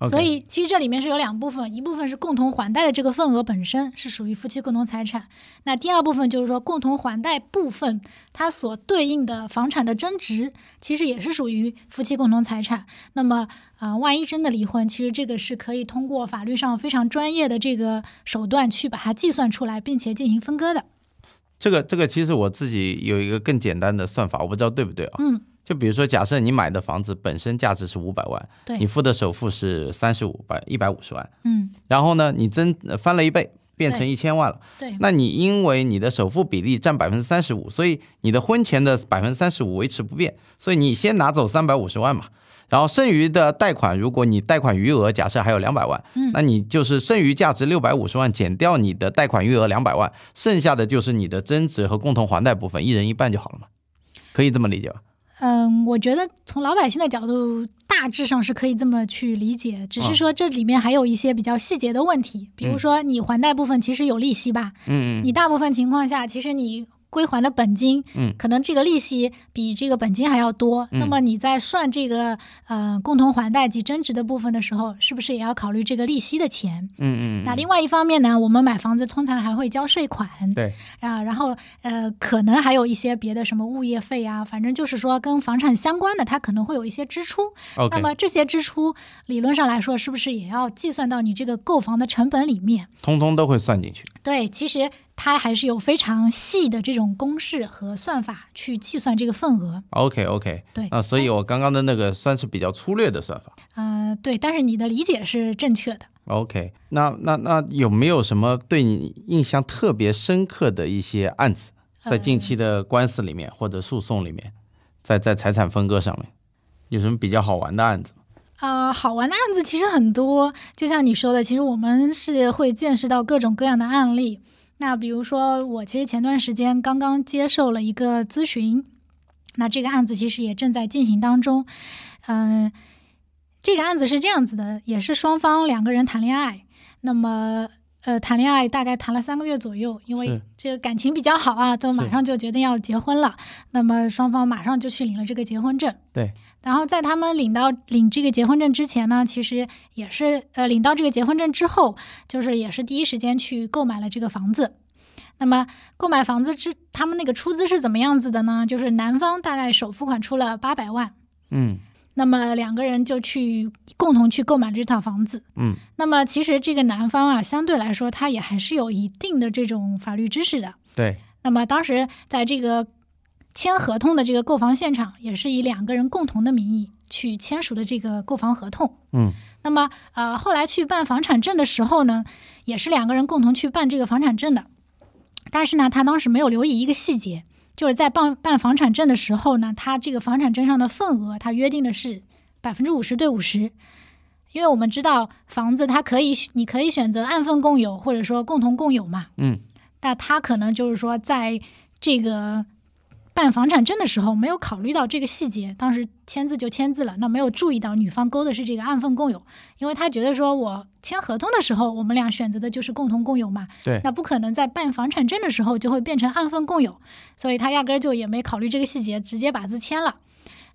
A: OK
B: 所以其实这里面是有两部分，一部分是共同还贷的这个份额本身是属于夫妻共同财产，那第二部分就是说共同还贷部分它所对应的房产的增值，其实也是属于夫妻共同财产。那么啊、呃万一真的离婚，其实这个是可以通过法律上非常专业的这个手段去把它计算出来，并且进行分割的。
A: 这个这个其实我自己有一个更简单的算法，我不知道对不对啊？
B: 嗯，
A: 就比如说，假设你买的房子本身价值是五百万，
B: 对
A: 你付的首付是三十五百一百五十万，
B: 嗯，
A: 然后呢，你增呃翻了一倍，变成
B: 对
A: 一千万了。
B: 对，
A: 那你因为你的首付比例占百分之三十五，所以你的婚前的百分之三十五维持不变，所以你先拿走三百五十万嘛，然后剩余的贷款，如果你贷款余额假设还有两百万，
B: 嗯
A: 那你就是剩余价值六百五十万减掉你的贷款余额两百万，剩下的就是你的增值和共同还贷部分，一人一半就好了嘛，可以这么理解吧？
B: 嗯，我觉得从老百姓的角度，大致上是可以这么去理解，只是
A: 嗯
B: 说这里面还有一些比较细节的问题，比如
A: 嗯
B: 说你还贷部分其实有利息吧，
A: 嗯嗯
B: 你大部分情况下，其实你归还的本金，
A: 嗯
B: 可能这个利息比这个本金还要多。那么你在算这个呃共同还贷及增值的部分的时候，是不是也要考虑这个利息的钱？
A: 嗯嗯
B: 那另外一方面呢，我们买房子通常还会交税款，
A: 嗯，对，
B: 啊，然后呃，可能还有一些别的什么物业费啊，反正就是说跟房产相关的，它可能会有一些支出。
A: OK，
B: 那么这些支出理论上来说，是不是也要计算到你这个购房的成本里面？
A: 通通都会算进去。
B: 对，其实它还是有非常细的这种公式和算法去计算这个份额。
A: OK OK，
B: 对
A: 啊，所以我刚刚的那个算是比较粗略的算法。
B: 嗯、对，但是你的理解是正确的。
A: OK，那那那有没有什么对你印象特别深刻的一些案子，在近期的官司里面或者诉讼里面，在在财产分割上面，有什么比较好玩的案子？
B: 呃，好玩的案子其实很多，就像你说的，其实我们是会见识到各种各样的案例。那比如说，我其实前段时间刚刚接受了一个咨询，那这个案子其实也正在进行当中。嗯、这个案子是这样子的，也是双方两个人谈恋爱，那么。呃，谈恋爱大概谈了三个月左右，因为
A: 是
B: 这个感情比较好啊，都马
A: 是
B: 上就决定要结婚了。那么双方马上就去领了这个结婚证。
A: 对，
B: 然后在他们领到领这个结婚证之前呢，其实也是呃领到这个结婚证之后，就是也是第一时间去购买了这个房子。那么购买房子之他们那个出资是怎么样子的呢？就是男方大概首付款出了八百万，
A: 嗯
B: 那么两个人就去共同去购买这套房子。
A: 嗯，
B: 那么其实这个男方啊，相对来说他也还是有一定的这种法律知识的。
A: 对，
B: 那么当时在这个签合同的这个购房现场，也是以两个人共同的名义去签署的这个购房合同。
A: 嗯
B: 那么呃，后来去办房产证的时候呢，也是两个人共同去办这个房产证的。但是呢，他当时没有留意一个细节，就是在办办房产证的时候呢，他这个房产证上的份额，他约定的是百分之五十对五十。因为我们知道房子它可以，你可以选择按份共有或者说共同共有嘛，
A: 嗯
B: 那他可能就是说，在这个办房产证的时候没有考虑到这个细节，当时签字就签字了，那没有注意到女方勾的是这个按份共有，因为他觉得说我签合同的时候，我们俩选择的就是共同共有嘛，
A: 对
B: 那不可能在办房产证的时候就会变成按份共有，所以他压根儿就也没考虑这个细节，直接把字签了。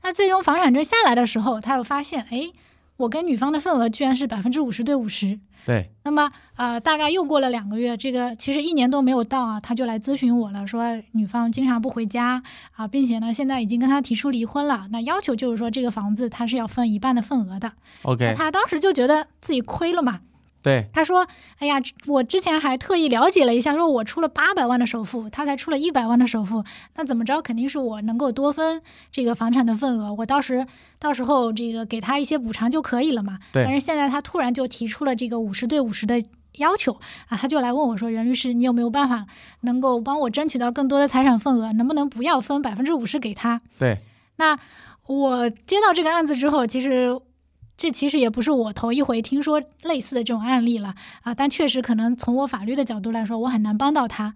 B: 那最终房产证下来的时候，他又发现，哎，我跟女方的份额居然是百分之五十对五十，
A: 对，
B: 那么呃，大概又过了两个月，这个其实一年都没有到啊，他就来咨询我了，说女方经常不回家啊，并且呢，现在已经跟他提出离婚了，那要求就是说这个房子他是要分一半的份额的。那
A: OK，
B: 他当时就觉得自己亏了嘛，
A: 对
B: 他说：“哎呀，我之前还特意了解了一下，说我出了八百万的首付，他才出了一百万的首付，那怎么着肯定是我能够多分这个房产的份额，我到时到时候这个给他一些补偿就可以了嘛。
A: 对
B: 但是现在他突然就提出了这个五十对五十的要求啊，他就来问我说，袁律师，你有没有办法能够帮我争取到更多的财产份额？能不能不要分百分之五十给他？
A: 对，
B: 那我接到这个案子之后，其实这其实也不是我头一回听说类似的这种案例了啊，但确实可能从我法律的角度来说，我很难帮到他，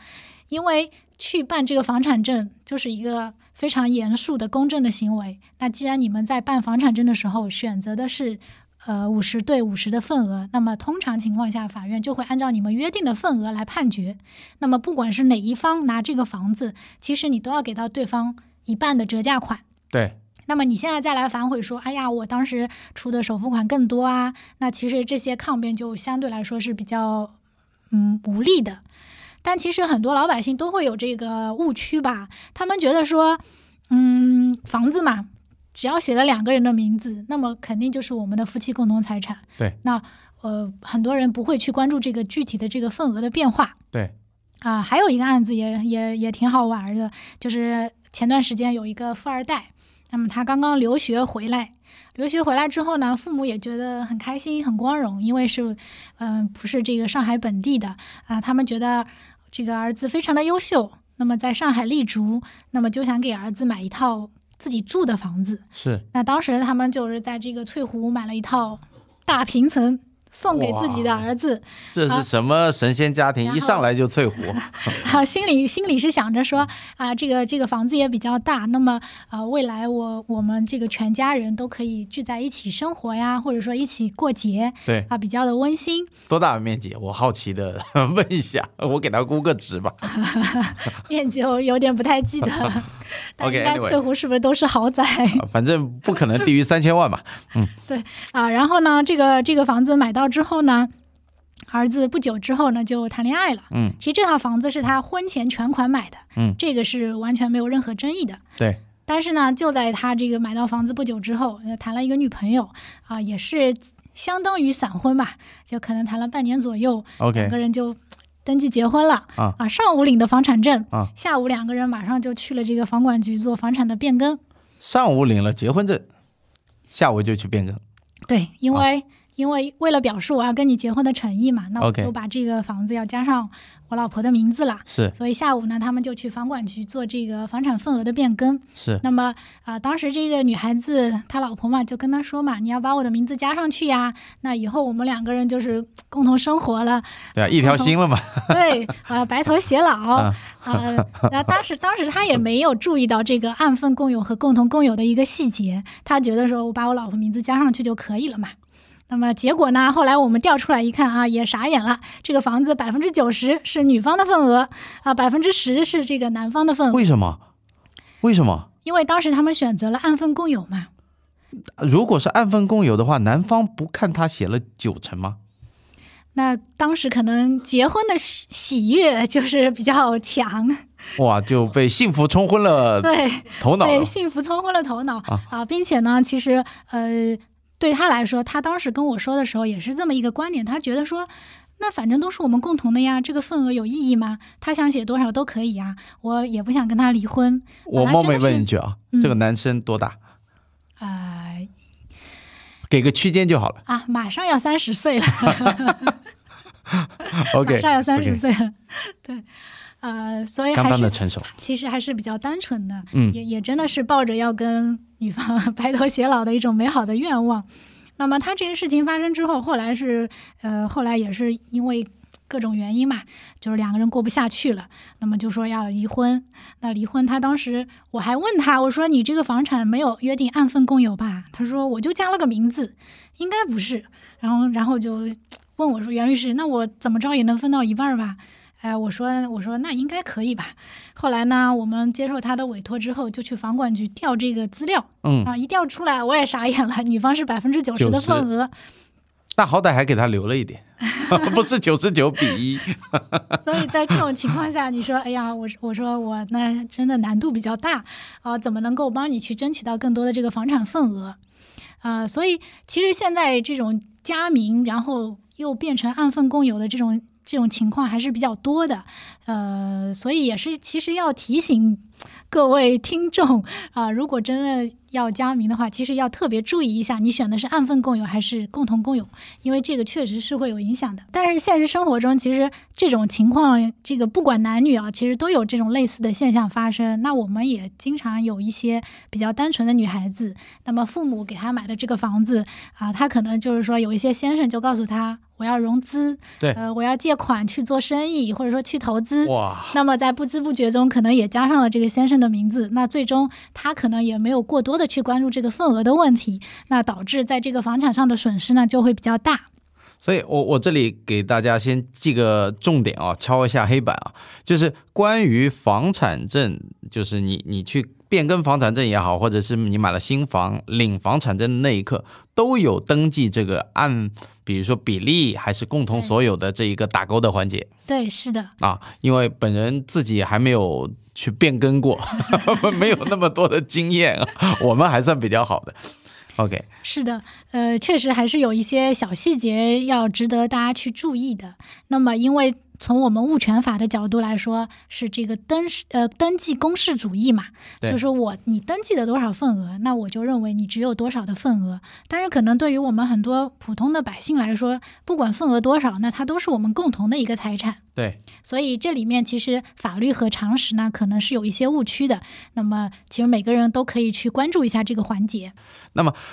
B: 因为去办这个房产证就是一个非常严肃的公证的行为。那既然你们在办房产证的时候选择的是。呃，五十对五十的份额，那么通常情况下，法院就会按照你们约定的份额来判决。那么不管是哪一方拿这个房子，其实你都要给到对方一半的折价款。
A: 对，
B: 那么你现在再来反悔说，哎呀，我当时出的首付款更多啊，那其实这些抗辩就相对来说是比较嗯无力的。但其实很多老百姓都会有这个误区吧，他们觉得说，嗯，房子嘛，只要写了两个人的名字，那么肯定就是我们的夫妻共同财产。
A: 对，
B: 那呃，很多人不会去关注这个具体的这个份额的变化。
A: 对，
B: 啊，还有一个案子也也也挺好玩儿的，就是前段时间有一个富二代，那么他刚刚留学回来，留学回来之后呢，父母也觉得很开心、很光荣，因为是，嗯、不是这个上海本地的啊，他们觉得这个儿子非常的优秀，那么在上海立足，那么就想给儿子买一套自己住的房子。
A: 是
B: 那当时他们就是在这个翠湖买了一套大平层，送给自己的
A: 哇
B: 儿子。
A: 这是什么神仙家庭？
B: 然后
A: 一上来就翠湖，
B: 啊，心里心里是想着说
A: 嗯
B: 啊，这个这个房子也比较大，那么啊，未来我我们这个全家人都可以聚在一起生活呀，或者说一起过节
A: 对，
B: 啊，比较的温馨。
A: 多大的面积？我好奇的 问一下，我给他估个值吧。
B: 面积我有点不 太记得了，但
A: OK，
B: 应该
A: anyway
B: 翠湖是不是都是豪宅？
A: 啊反正不可能低于三千万吧。
B: 对啊，然后呢，这个这个房子买到之后呢，儿子不久之后呢就谈恋爱了。
A: 嗯，
B: 其实这套房子是他婚前全款买的，
A: 嗯
B: 这个是完全没有任何争议的。
A: 对，
B: 但是呢，就在他这个买到房子不久之后，呃谈了一个女朋友啊、也是相当于闪婚吧，就可能谈了半年左右，两
A: OK，
B: 个人就登记结婚了
A: 啊
B: 上午领的房产证
A: 啊
B: 下午两个人马上就去了这个房管局做房产的变更。
A: 上午领了结婚证，下午就去变更。
B: 对，因
A: 啊
B: 为、因为为了表示我要跟你结婚的诚意嘛，那我
A: OK
B: 就把这个房子要加上我老婆的名字啦。
A: 是
B: 所以下午呢，他们就去房管局做这个房产份额的变更。
A: 是，
B: 那么啊、当时这个女孩子她老婆嘛，就跟她说嘛，你要把我的名字加上去呀，那以后我们两个人就是共同生活了，
A: 对啊，一条心了 嘛。
B: 对，啊、白头偕老
A: 啊
B: 啊、那当时当时她也没有注意到这个按份共有和共同共有的一个细节，她觉得说我把我老婆名字加上去就可以了嘛。那么结果呢？后来我们调出来一看啊，也傻眼了。这个房子百分之九十是女方的份额，啊，百分之十是这个男方的份额，
A: 为什么？为什么？
B: 因为当时他们选择了按份共有嘛。
A: 如果是按份共有的话，男方不看他写了九成吗？
B: 那当时可能结婚的喜喜悦就是比较强，
A: 嗯哇，就被幸福冲昏了
B: 对
A: 头脑
B: 对，
A: 了。
B: 幸福冲昏了头脑
A: 啊
B: 啊并且呢，其实呃，对他来说，他当时跟我说的时候也是这么一个观点，他觉得说。那反正都是我们共同的呀，这个份额有意义吗？他想写多少都可以呀，我也不想跟他离婚。
A: 我
B: 本来
A: 冒
B: 真的
A: 昧问
B: 是
A: 一句啊，
B: 嗯
A: 这个男生多大？
B: 呃
A: 给个区间就好了。
B: 啊，马上要三十岁了，
A: OK，
B: 马上要三十
A: OK，
B: 岁了， 对，呃，所以
A: 相
B: 还
A: 当
B: 是
A: 的成熟。
B: 其实还是比较单纯的，
A: 嗯
B: 也也真的是抱着要跟女方 白头偕老的一种美好的愿望。那么他这个事情发生之后，后来是呃，后来也是因为各种原因嘛，就是两个人过不下去了，那么就说要离婚。那离婚，他当时我还问他，我说你这个房产没有约定按份共有吧？他说我就加了个名字，应该不是。然后然后就问我说袁律师，那我怎么着也能分到一半儿吧？哎，我说我说那应该可以吧。后来呢，我们接受他的委托之后，就去房管局调这个资料
A: 嗯，
B: 啊，一调出来我也傻眼了，女方是百分之九十的
A: 90
B: 份额，
A: 那好歹还给他留了一 点，不是九十九比一。
B: 所以在这种情况下，你说哎呀，我我说我那真的难度比较大啊，怎么能够帮你去争取到更多的这个房产份额？啊，所以其实现在这种加名然后又变成按份共有的这种这种情况还是比较多的，呃，所以也是其实要提醒各位听众啊、如果真的要加名的话，其实要特别注意一下，你选的是按份共有还是共同共有，因为这个确实是会有影响的。但是现实生活中，其实这种情况，这个不管男女啊，其实都有这种类似的现象发生。那我们也经常有一些比较单纯的女孩子，那么父母给她买的这个房子啊，她可能就是说有一些先生就告诉她，我要融资，
A: 对
B: 呃，我要借款去做生意，或者说去投资，
A: 哇，
B: 那么在不知不觉中，可能也加上了这个先生的名字。那最终他可能也没有过多的去关注这个份额的问题，那导致在这个房产上的损失呢就会比较大。
A: 所以我我这里给大家先记个重点啊，敲一下黑板啊，就是关于房产证，就是你你去变更房产证也好，或者是你买了新房领房产证的那一刻，都有登记这个按，比如说比例还是共同所有的这一个打勾的环节。
B: 对，是的，
A: 啊，因为本人自己还没有去变更过， 没有那么多的经验啊， 我们还算比较好的。OK，
B: 是的，呃，确实还是有一些小细节要值得大家去注意的。那么，因为从我们物权法的角度来说，是这个登是呃登记公示主义嘛，
A: 对
B: 就是我你登记了多少份额，那我就认为你只有多少的份额。但是可能对于我们很多普通的百姓来说，不管份额多少，那它都是我们共同的一个财产。
A: 对，
B: 所以这里面其实法律和常识呢，可能是有一些误区的。那么，其实每个人都可以去关注一下这个环节。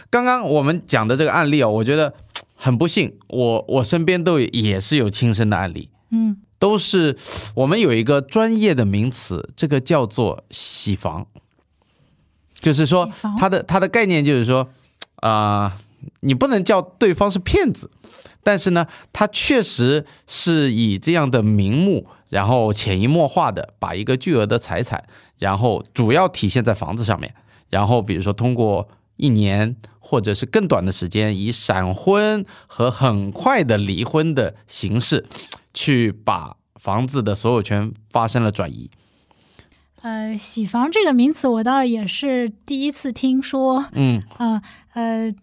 A: 刚刚我们讲的这个案例哦，我觉得很不幸，我我身边都也是有亲身的案例，
B: 嗯
A: 都是我们有一个专业的名词，这个叫做洗房，就是说
B: 洗房
A: 它的它的概念就是说，啊、你不能叫对方是骗子，但是呢，他确实是以这样的名目，然后潜移默化的把一个巨额的财产，然后主要体现在房子上面，然后比如说通过一年或者是更短的时间，以闪婚和很快的离婚的形式，去把房子的所有权发生了转移。
B: 呃，洗房这个名词我倒也是第一次听说，
A: 嗯，
B: 啊呃，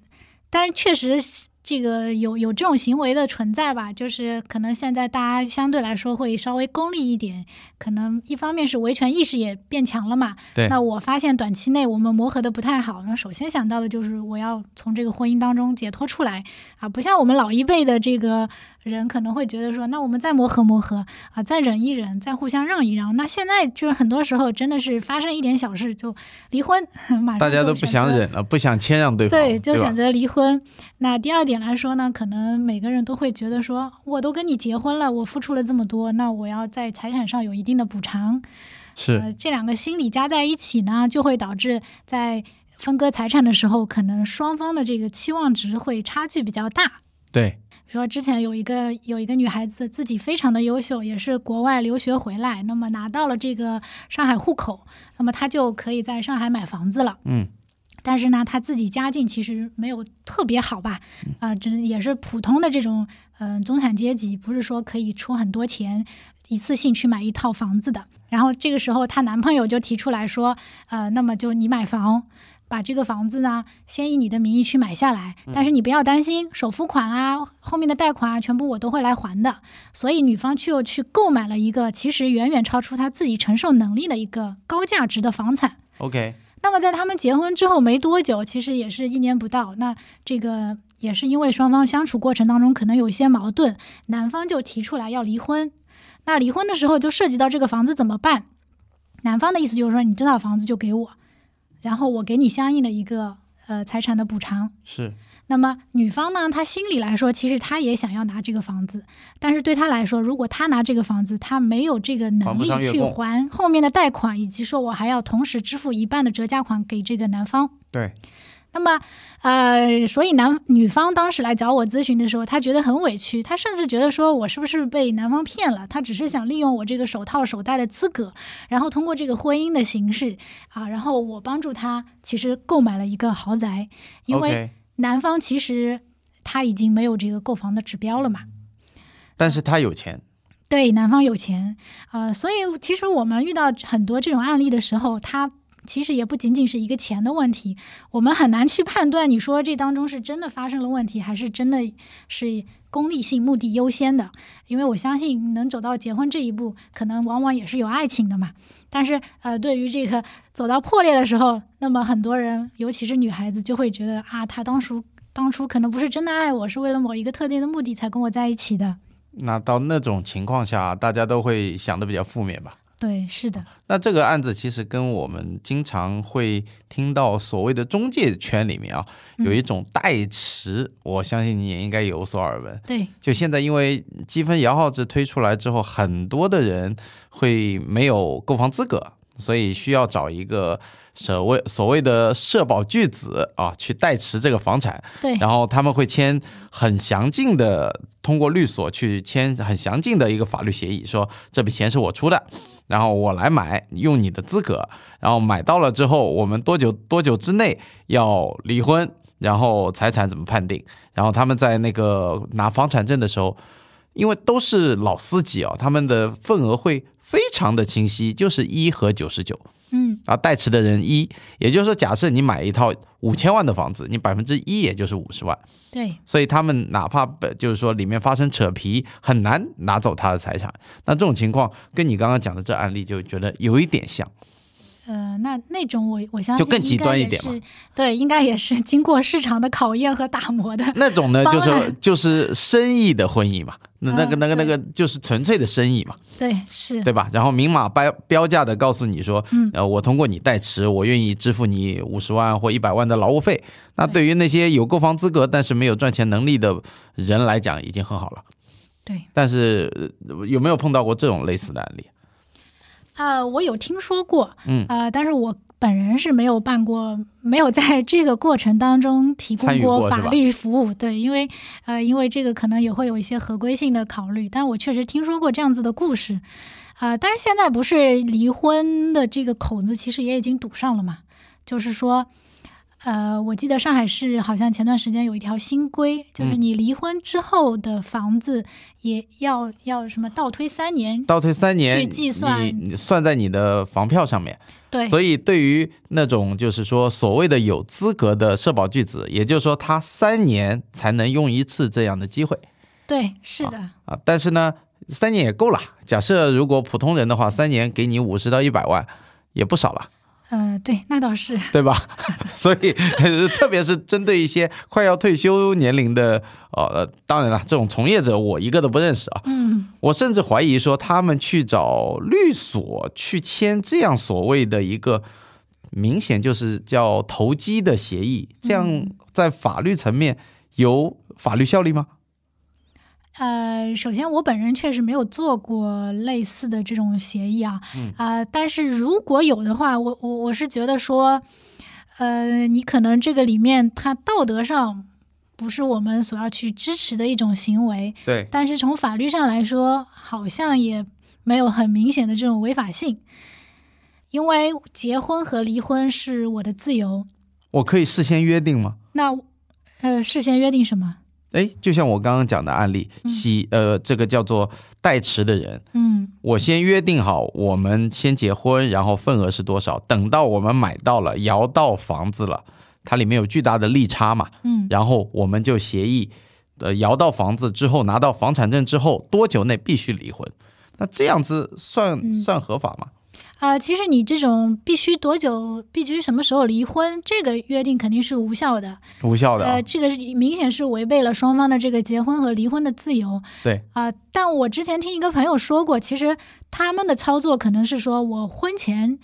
B: 但是确实这个有有这种行为的存在吧，就是可能现在大家相对来说会稍微功利一点，可能一方面是维权意识也变强了嘛。
A: 对
B: 那我发现短期内我们磨合的不太好，那首先想到的就是我要从这个婚姻当中解脱出来啊，不像我们老一辈的这个人可能会觉得说，那我们再磨合磨合啊，再忍一忍，再互相让一让。那现在就是很多时候真的是发生一点小事就离婚， 马上
A: 大家
B: 就
A: 都不
B: 选
A: 想
B: 择
A: 忍了，不想谦让对方，
B: 对，就
A: 吧
B: 选？择离婚。那第二点来说呢，可能每个人都会觉得说，我都跟你结婚了，我付出了这么多，那我要在财产上有一定的补偿。
A: 是
B: 呃，这两个心理加在一起呢，就会导致在分割财产的时候，可能双方的这个期望值会差距比较大。
A: 对，
B: 比如说之前有一个有一个女孩子自己非常的优秀，也是国外留学回来，那么拿到了这个上海户口，那么她就可以在上海买房子了。
A: 嗯，
B: 但是呢，她自己家境其实没有特别好吧，啊、只也是普通的这种嗯、呃中产阶级，不是说可以出很多钱。一次性去买一套房子的，然后这个时候她男朋友就提出来说，呃，那么就你买房，把这个房子呢先以你的名义去买下来，但是你不要担心首付款啊、后面的贷款啊，全部我都会来还的。所以女方却又去购买了一个其实远远超出她自己承受能力的一个高价值的房产。
A: OK，
B: 那么在他们结婚之后没多久，其实也是一年不到，那这个也是因为双方相处过程当中可能有一些矛盾，男方就提出来要离婚。那离婚的时候就涉及到这个房子怎么办，男方的意思就是说你这套房子就给我，然后我给你相应的一个呃财产的补偿。
A: 是
B: 那么女方呢，她心里来说，其实她也想要拿这个房子，但是对她来说，如果她拿这个房子，她没有这个
A: 还
B: 能
A: 不
B: 力
A: 上月
B: 去
A: 供
B: 还后面的贷款，以及说我还要同时支付一半的折价款给这个男方。
A: 对，
B: 那么，呃，所以男女方当时来找我咨询的时候，他觉得很委屈，他甚至觉得说我是不是被男方骗了？他只是想利用我这个手套手带的资格，然后通过这个婚姻的形式啊，然后我帮助他其实购买了一个豪宅，因为
A: OK，
B: 男方其实他已经没有这个购房的指标了嘛。
A: 但是他有钱，
B: 对，男方有钱啊、呃所以其实我们遇到很多这种案例的时候，他其实也不仅仅是一个钱的问题，我们很难去判断你说这当中是真的发生了问题，还是真的是功利性、目的优先的。因为我相信能走到结婚这一步，可能往往也是有爱情的嘛。但是呃，对于这个走到破裂的时候，那么很多人，尤其是女孩子，就会觉得啊，他当初当初可能不是真的爱我，是为了某一个特定的目的才跟我在一起的。
A: 那到那种情况下，大家都会想的比较负面吧。
B: 对，是的。
A: 那这个案子其实跟我们经常会听到所谓的中介圈里面啊，
B: 嗯
A: 有一种代持，我相信你也应该有所耳闻。
B: 对，
A: 就现在，因为积分摇号制推出来之后，很多的人会没有购房资格，所以需要找一个所谓所谓的社保巨子啊，去代持这个房产。
B: 对，
A: 然后他们会签很详尽的，通过律所去签很详尽的一个法律协议，说这笔钱是我出的，然后我来买，用你的资格，然后买到了之后，我们多久多久之内要离婚，然后财产怎么判定？然后他们在那个拿房产证的时候，因为都是老司机啊、他们的份额会非常的清晰，就是一和九十九。
B: 嗯，
A: 啊，代持的人一，也就是说，假设你买一套五千万的房子，你百分之一也就是五十万，
B: 对，
A: 所以他们哪怕本就是说里面发生扯皮，很难拿走他的财产。那这种情况跟你刚刚讲的这案例就觉得有一点像，
B: 呃，那那种我我相信
A: 就更
B: 应
A: 极
B: 该
A: 端一
B: 也
A: 点嘛
B: 是，对，应该也是经过市场的考验和打磨的，
A: 那种呢
B: 当
A: 就是
B: 然
A: 就是生意的婚姻嘛，那那个
B: 嗯
A: 那个那个就是纯粹的生意嘛，
B: 对，是，
A: 对吧？然后明码标标价的告诉你说，
B: 嗯
A: 呃，我通过你代持，我愿意支付你五十万或一百万的劳务费。那对于那些有购房资格但是没有赚钱能力的人来讲，已经很好了。
B: 对。
A: 但是呃有没有碰到过这种类似的案例？
B: 呃，我有听说过，
A: 嗯
B: 呃，但是我本人是没有办过，没有在 这个过程当中提
A: 参
B: 供
A: 与过是吧
B: 法律服务，对，因为呃，因为这个可能也会有一些合规性的考虑，但我确实听说过这样子的故事，啊、但是现在不是离婚的这个口子其实也已经堵上了嘛，就是说。呃，我记得上海市好像前段时间有一条新规，就是
A: 嗯
B: 你离婚之后的房子也要、要什么倒推三年，
A: 倒退三年，
B: 去计算
A: 你你算在你的房票上面。
B: 对，
A: 所以对于那种就是说所谓的有资格的社保巨子，也就是说他三年才能用一次这样的机会
B: 对，是的，
A: 啊。但是呢，三年也够了。假设如果普通人的话，三年给你五十到一百万。也不少了，
B: 呃，对，那倒是，
A: 对吧？ 所以，特别是针对一些快要退休年龄的，呃，呃当然了，这种从业者我一个都不认识啊。
B: 嗯，
A: 我甚至怀疑说，他们去找律所去签这样所谓的一个明显就是叫投机的协议，这样在法律层面有法律效力吗？
B: 呃，首先我本人确实没有做过类似的这种协议啊，啊、但是如果有的话，我我我是觉得说，呃，你可能这个里面它道德上不是我们所要去支持的一种行为，
A: 对，
B: 但是从法律上来说，好像也没有很明显的这种违法性。因为结婚和离婚是我的自由，
A: 我可以事先约定吗？
B: 那呃事先约定什么？
A: 哎，就像我刚刚讲的案例，西呃，这个叫做代持的人，
B: 嗯，
A: 我先约定好，我们先结婚，然后份额是多少？等到我们买到了、摇到房子了，它里面有巨大的利差嘛，
B: 嗯，
A: 然后我们就协议，呃，摇到房子之后，拿到房产证之后，多久内必须离婚？那这样子
B: 嗯
A: 算算合法吗？
B: 啊、其实你这种必须多久、必须什么时候离婚，这个约定肯定是无效的。
A: 无效的、啊
B: 呃，，这个是明显是违背了双方的这个结婚和离婚的自由
A: 对，
B: 啊、但我之前听一个朋友说过，其实他们的操作可能是说我婚前，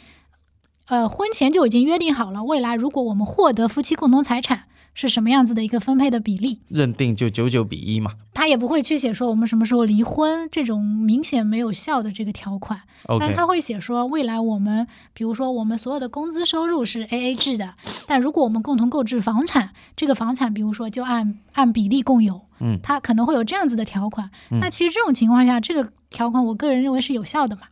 B: 呃，婚前就已经约定好了，未来如果我们获得夫妻共同财产是什么样子的一个分配的比例，
A: 认定就九九比一嘛。
B: 他也不会去写说我们什么时候离婚这种明显没有效的这个条款。但
A: OK，
B: 他会写说，未来我们，比如说我们所有的工资收入是 A A 制的，但如果我们共同购置房产，这个房产，比如说就按按比例共有，
A: 嗯，
B: 它可能会有这样子的条款。那其实这种情况下，这个条款我个人认为是有效的嘛，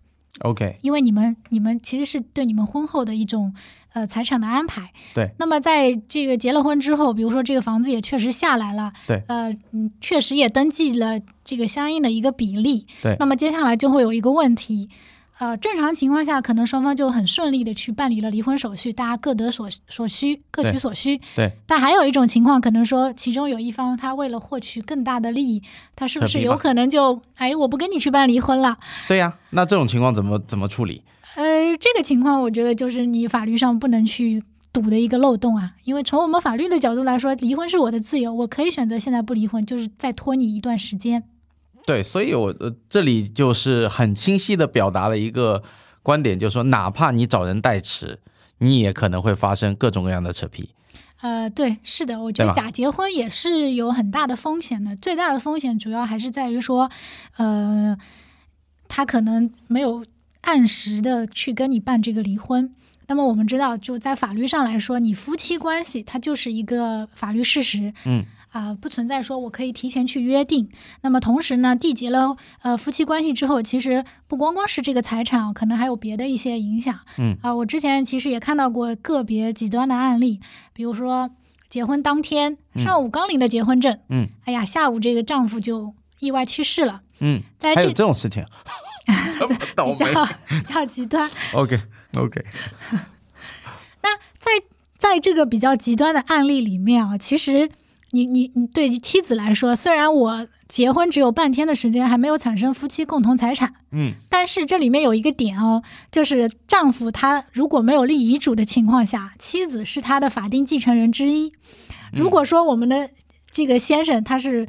A: OK，
B: 因为你们你们其实是对你们婚后的一种呃财产的安排。
A: 对。
B: 那么在这个结了婚之后，比如说这个房子也确实下来了，
A: 对
B: 呃，嗯，确实也登记了这个相应的一个比例。
A: 对
B: 那么接下来就会有一个问题。呃，正常情况下，可能双方就很顺利的去办理了离婚手续，大家各得所所需，各取
A: 对
B: 所需。
A: 对，
B: 但还有一种情况，可能说其中有一方他为了获取更大的利益，他是不
A: 扯
B: 是
A: 皮
B: 有
A: 吧
B: 可能就哎，我不跟你去办离婚了？
A: 对呀、那这种情况怎么怎么处理？
B: 呃，这个情况我觉得就是你法律上不能去堵的一个漏洞啊，因为从我们法律的角度来说，离婚是我的自由，我可以选择现在不离婚，就是再拖你一段时间。
A: 对，所以我呃这里就是很清晰的表达了一个观点，就是说，哪怕你找人代持，你也可能会发生各种各样的扯皮。
B: 呃，对，是的，我觉
A: 对
B: 得
A: 吧
B: 假结婚也是有很大的风险的，最大的风险主要还是在于说，呃，他可能没有按时的去跟你办这个离婚。那么我们知道，就在法律上来说，你夫妻关系它就是一个法律事实，
A: 嗯，
B: 啊、不存在说我可以提前去约定。那么同时呢，缔结了呃夫妻关系之后，其实不光光是这个财产，可能还有别的一些影响。
A: 嗯
B: 啊、我之前其实也看到过个别极端的案例，比如说结婚当天上午刚领的结婚证，
A: 嗯，
B: 哎呀，下午这个丈夫就意外去世了。
A: 嗯，
B: 在
A: 还有
B: 哎这
A: 这种事 情，这么倒
B: 比
A: 霉。
B: 较 比较极端，
A: OK OK，
B: 在在这个比较极端的案例里面啊，其实你你你对妻子来说，虽然我结婚只有半天的时间，还没有产生夫妻共同财产，
A: 嗯，
B: 但是这里面有一个点哦，就是丈夫他如果没有立遗嘱的情况下，妻子是
A: 嗯
B: 他的法定继承人之一。如果说我们的这个先生他是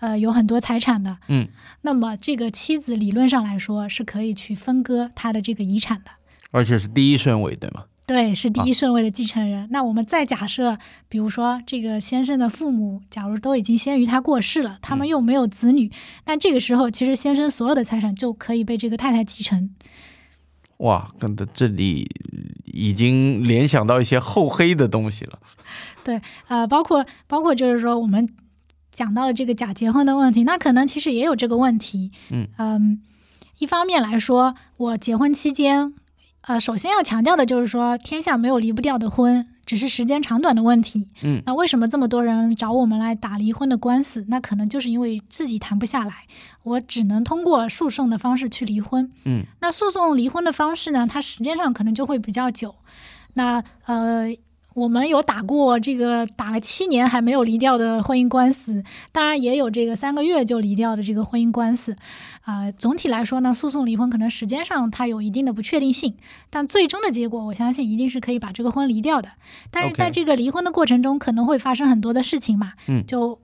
B: 呃有很多财产的，
A: 嗯，
B: 那么这个妻子理论上来说是可以去分割他的这个遗产的。
A: 而且是第一顺位，对吗？
B: 对，是第一顺位的继承人。那我们再假设，比如说这个先生的父母，假如都已经先于他过世了，他们又没有子女，那这个时候其实先生所有的财产就可以被这个太太继承。
A: 哇，跟的这里已经联想到一些厚黑的东西了。
B: 呃，包括包括就是说我们讲到的这个假结婚的问题，那可能其实也有这个问题。
A: 嗯
B: 一方面来说，我结婚期间，呃，首先要强调的就是说，天下没有离不掉的婚，只是时间长短的问题。
A: 嗯
B: 那为什么这么多人找我们来打离婚的官司？那可能就是因为自己谈不下来，我只能通过诉讼的方式去离婚。
A: 嗯，
B: 那诉讼离婚的方式呢，它时间上可能就会比较久。那呃，我们有打过这个打了七年还没有离掉的婚姻官司，当然也有这个三个月就离掉的这个婚姻官司。啊、总体来说呢，诉讼离婚可能时间上它有一定的不确定性，但最终的结果，我相信一定是可以把这个婚离掉的。但是
A: OK
B: 在这个离婚的过程中，可能会发生很多的事情嘛，
A: 嗯
B: 就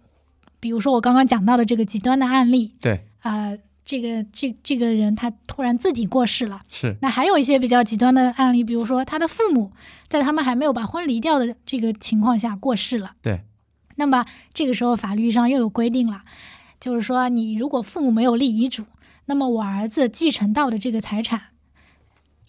B: 比如说我刚刚讲到的这个极端的案例，
A: 对，
B: 啊、这个这这个人他突然自己过世了。
A: 是
B: 那还有一些比较极端的案例，比如说他的父母在他们还没有把婚离掉的这个情况下过世了。
A: 对。
B: 那么这个时候法律上又有规定了，就是说你如果父母没有立遗嘱，那么我儿子继承到的这个财产，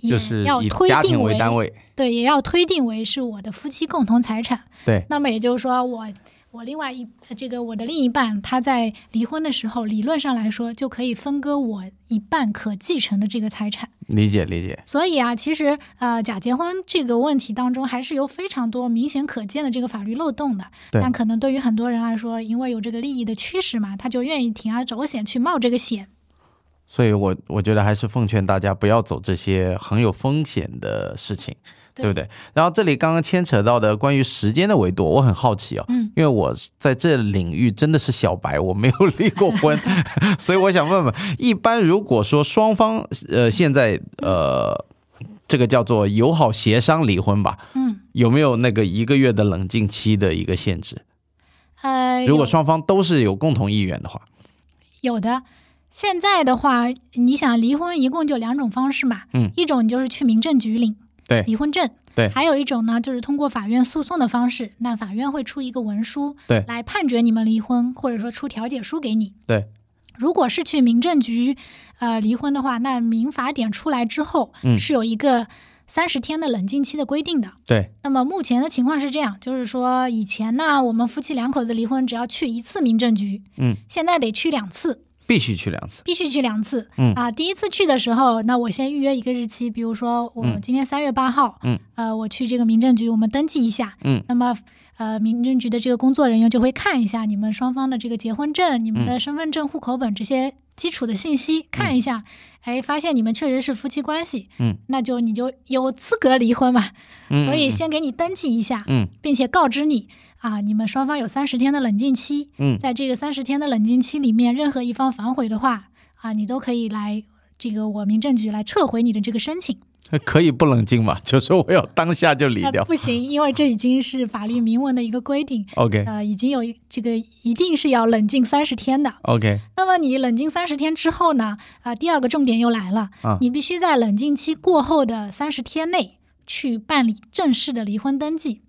B: 也
A: 就是
B: 要
A: 以
B: 推
A: 家
B: 定
A: 庭为单位。
B: 对，也要推定为是我的夫妻共同财产。
A: 对，
B: 那么也就是说我，我另外一这个我的另一半，他在离婚的时候，理论上来说就可以分割我一半可继承的这个财产。
A: 理解理解。
B: 所以啊，其实呃，假结婚这个问题当中，还是有非常多明显可见的这个法律漏洞的。
A: 对
B: 但可能对于很多人来说，因为有这个利益的驱使嘛，他就愿意铤而走险去冒这个险。
A: 所以我我觉得还是奉劝大家不要走这些很有风险的事情，
B: 对
A: 对不对？然后这里刚刚牵扯到的关于时间的维度，我很好奇哦，
B: 嗯
A: 因为我在这领域真的是小白，我没有离过 婚，所以我想问问，一般如果说双方呃现在呃这个叫做友好协商离婚吧，
B: 嗯，
A: 有没有那个一个月的冷静期的一个限制？
B: 呃，
A: 如果
B: 有
A: 双方都是有共同意愿的话，
B: 有的。现在的话，你想离婚一共就两种方式嘛，
A: 嗯
B: 一种你就是去民政局领
A: 对
B: 离婚证，
A: 对
B: 还有一种呢就是通过法院诉讼的方式，那法院会出一个文书，
A: 对
B: 来判决你们离婚，或者说出调解书给你，
A: 对。
B: 如果是去民政局，呃，离婚的话，那民法典出来之后，
A: 嗯
B: 是有一个三十天的冷静期的规定的。
A: 对，
B: 那么目前的情况是这样，就是说以前呢，我们夫妻两口子离婚只要去一次民政局，
A: 嗯，
B: 现在得去两次，
A: 必须去两次，
B: 必须去两次。
A: 嗯
B: 啊，第一次去的时候，那我先预约一个日期，比如说我
A: 嗯
B: 今天三月八号，
A: 嗯，
B: 呃，我去这个民政局，我们登记一下，
A: 嗯，
B: 那么。呃，民政局的这个工作人员就会看一下你们双方的这个结婚证、
A: 嗯
B: 你们的身份证、户口本这些基础的信息，看一下，哎，发现你们确实是夫妻关系，
A: 嗯，
B: 那就你就有资格离婚嘛。
A: 嗯
B: 所以
A: 嗯
B: 先给你登记一下，
A: 嗯。
B: 并且告知你啊，你们双方有三十天的冷静期，
A: 嗯
B: 在这个三十天的冷静期里面，任何一方反悔的话啊，你都可以来这个我民政局来撤回你的这个申请。
A: 可以不冷静嘛？就说我要当下就离
B: 那
A: 掉。
B: 不行，因为这已经是法律明文的一个规定，
A: OK
B: 呃，已经有一这个一定是要冷静三十天的。
A: OK，
B: 那么你冷静三十天之后呢？啊、第二个重点又来了，
A: 啊
B: 你必须在冷静期过后的三十天内去办理正式的离婚登记。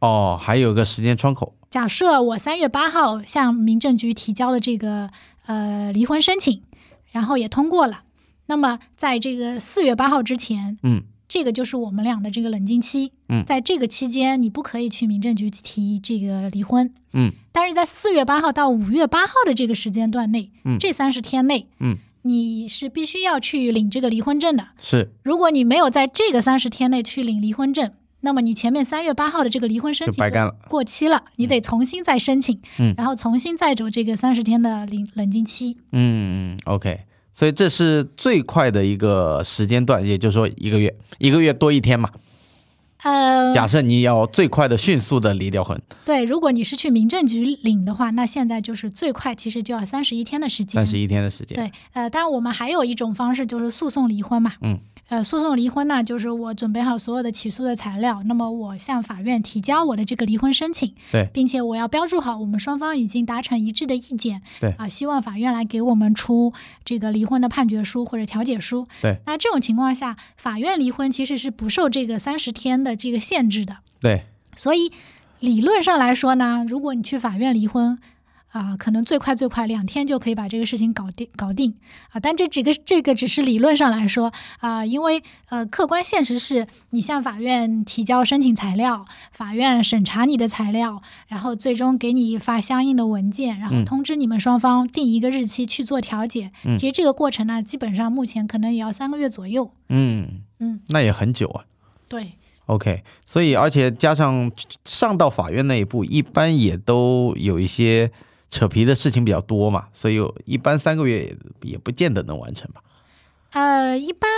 A: 哦，还有个时间窗口，
B: 假设我三月八号向民政局提交的这个呃离婚申请，然后也通过了，那么在这个四月八号之前，
A: 嗯，
B: 这个就是我们俩的这个冷静期。
A: 嗯
B: 在这个期间，你不可以去民政局提这个离婚。
A: 嗯，
B: 但是在四月八号到五月八号的这个时间段内，
A: 嗯
B: 这三十天内，
A: 嗯，
B: 你是必须要去领这个离婚证的。
A: 是
B: 如果你没有在这个三十天内去领离婚证，那么你前面三月八号的这个离婚申
A: 就
B: 请
A: 白干了。
B: 过期了，你得重新再申请，
A: 嗯
B: 然后重新再走这个三十天的冷冷静期。
A: 嗯嗯，OK，所以这是最快的一个时间段，也就是说一个月，一个月多一天嘛。
B: 呃，
A: 假设你要最快的、迅速的离掉婚，
B: 对，如果你是去民政局领的话，那现在就是最快，其实就要三十一天的时间。
A: 三十一天的时间。
B: 对，呃，当然我们还有一种方式就是诉讼离婚嘛。
A: 嗯。
B: 呃诉讼离婚呢，就是我准备好所有的起诉的材料，那么我向法院提交我的这个离婚申请，
A: 对
B: 并且我要标注好我们双方已经达成一致的意见，
A: 对
B: 啊，希望法院来给我们出这个离婚的判决书或者调解书，
A: 对，
B: 那这种情况下，法院离婚其实是不受这个三十天的这个限制的，
A: 对
B: 所以理论上来说呢，如果你去法院离婚，啊、可能最快最快两天就可以把这个事情搞定搞定啊、但这几个这个只是理论上来说啊、因为呃，客观现实是你向法院提交申请材料，法院审查你的材料，然后最终给你发相应的文件，然后
A: 嗯
B: 通知你们双方定一个日期去做调解。
A: 嗯
B: 其实这个过程呢，基本上目前可能也要三个月左右。
A: 嗯
B: 嗯，
A: 那也很久啊。
B: 对，
A: OK，所以而且加上上到法院那一步，一般也都有一些扯皮的事情比较多嘛，所以一般三个月也也不见得能完成吧。
B: 呃，一般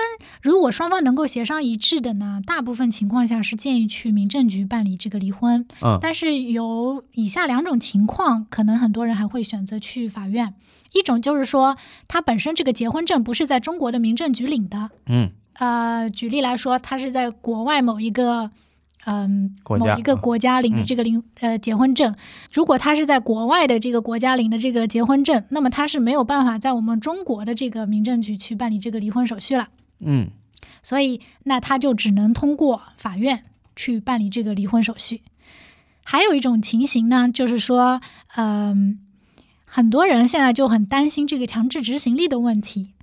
B: 如果双方能够协商一致的呢，大部分情况下是建议去民政局办理这个离婚。
A: 嗯
B: 但是有以下两种情况，可能很多人还会选择去法院。一种就是说，他本身这个结婚证不是在中国的民政局领的，
A: 嗯，
B: 呃，举例来说，他是在国外某一个。嗯，
A: 国
B: 某
A: 家
B: 一个
A: 嗯
B: 国家领的
A: 嗯
B: 这个领、呃结婚证，如果他是在国外的这个国家领的这个结婚证，那么他是没有办法在我们中国的这个民政局去办理这个离婚手续了。
A: 嗯，
B: 所以那他就只能通过法院去办理这个离婚手续。还有一种情形呢，就是说，嗯、很多人现在就很担心这个强制执行力的问题，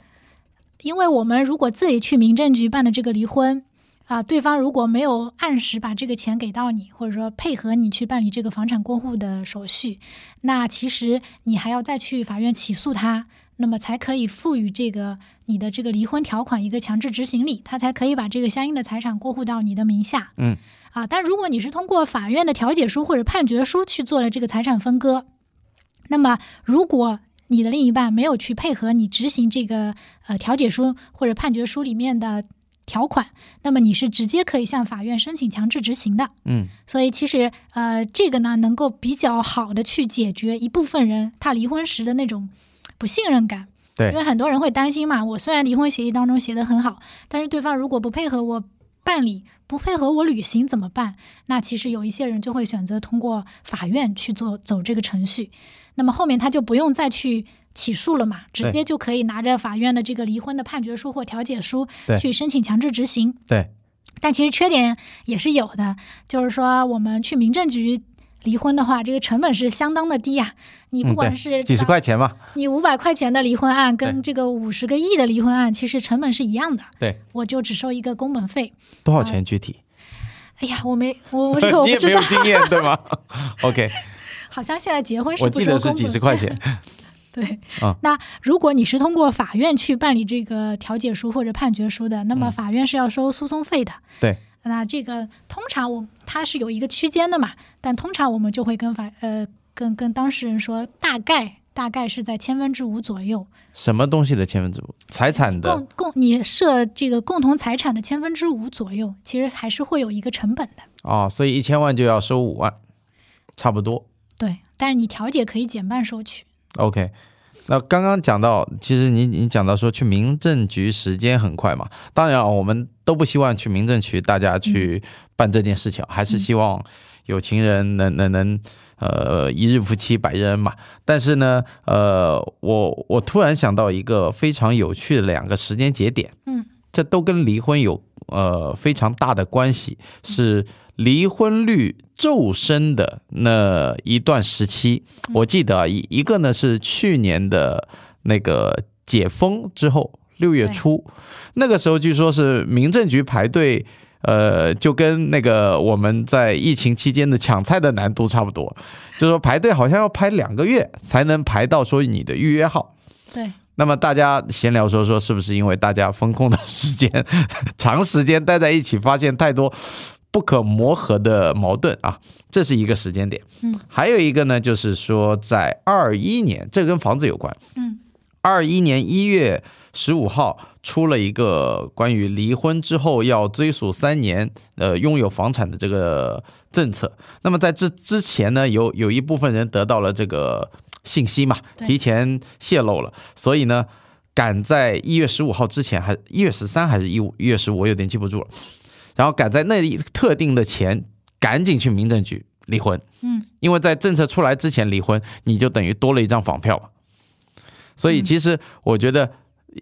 B: 因为我们如果自己去民政局办的这个离婚。啊，对方如果没有按时把这个钱给到你，或者说配合你去办理这个房产过户的手续，那其实你还要再去法院起诉他，那么才可以赋予这个你的这个离婚条款一个强制执行力，他才可以把这个相应的财产过户到你的名下。
A: 嗯，
B: 啊，但如果你是通过法院的调解书或者判决书去做了这个财产分割，那么如果你的另一半没有去配合你执行这个呃调解书或者判决书里面的条款，那么你是直接可以向法院申请强制执行的。
A: 嗯
B: 所以其实呃，这个呢能够比较好的去解决一部分人他离婚时的那种不信任感。
A: 对
B: 因为很多人会担心嘛，我虽然离婚协议当中写的很好，但是对方如果不配合我办理，不配合我履行怎么办？那其实有一些人就会选择通过法院去做走这个程序，那么后面他就不用再去起诉了嘛，直
A: 对
B: 接就可以拿着法院的这个离婚的判决书或调解书
A: 对
B: 去申请强制执行。
A: 对，
B: 但其实缺点也是有的，就是说我们去民政局离婚的话，这个成本是相当的低呀、你不
A: 嗯
B: 管
A: 对
B: 是、
A: 几十，块钱嘛，
B: 你五百块钱的离婚案跟
A: 对
B: 这个五十个亿的离婚案，其实成本是一样的。
A: 对，
B: 我就只收一个工本费。
A: 多少钱具体？
B: 哎呀，我没，我 我这个我
A: 你也
B: 不
A: 没
B: 知
A: 有
B: 道，
A: 经验对吗 ？OK，
B: 好像现在结婚是
A: 我
B: 不
A: 记
B: 收
A: 得
B: 工
A: 是
B: 本
A: 几十
B: 费
A: 块钱。
B: 对，
A: 啊
B: 那如果你是通过法院去办理这个调解书或者判决书的，那么
A: 嗯
B: 法院是要收诉讼费的。
A: 对，
B: 那这个通常我它是有一个区间的嘛，但通常我们就会跟法呃跟跟当事人说，大概大概是在千分之五左右，
A: 什么东西的千分之五？财产的
B: 共共你设这个共同财产的千分之五左右，其实还是会有一个成本的。
A: 哦，所以一千万就要收五万，差不多。
B: 对，但是你调解可以减半收取。
A: OK，那刚刚讲到，其实你你讲到说去民政局时间很快嘛，当然啊，我们都不希望去民政局大家去办这件事情，还是希望有情人能能能呃一日夫妻百日恩嘛。但是呢，呃，我我突然想到一个非常有趣的两个时间节点，
B: 嗯，
A: 这都跟离婚有呃非常大的关系，是离婚率骤升的那一段时期。我记得啊，一一个呢是去年的那个解封之后，六月
B: 对
A: 初，那个时候据说是民政局排队。呃，就跟那个我们在疫情期间的抢菜的难度差不多，就是说排队好像要排两个月才能排到说你的预约号，
B: 对，
A: 那么大家闲聊说说，是不是因为大家风控的时间 长时间待在一起，发现太多不可磨合的矛盾啊？这是一个时间点。
B: 嗯，
A: 还有一个呢，就是说在二一年，这跟房子有关。
B: 嗯，
A: 二一年一月十五号出了一个关于离婚之后要追溯三年呃拥有房产的这个政策。那么在这之前呢，有有一部分人得到了这个信息嘛，
B: 对
A: 提前泄露了，所以呢，赶在一月十五号之前，还一月十三还是一五月十五，我有点记不住了。然后赶在那一特定的前，赶紧去民政局离婚。
B: 嗯，
A: 因为在政策出来之前离婚，你就等于多了一张仿票嘛。所以其实我觉得，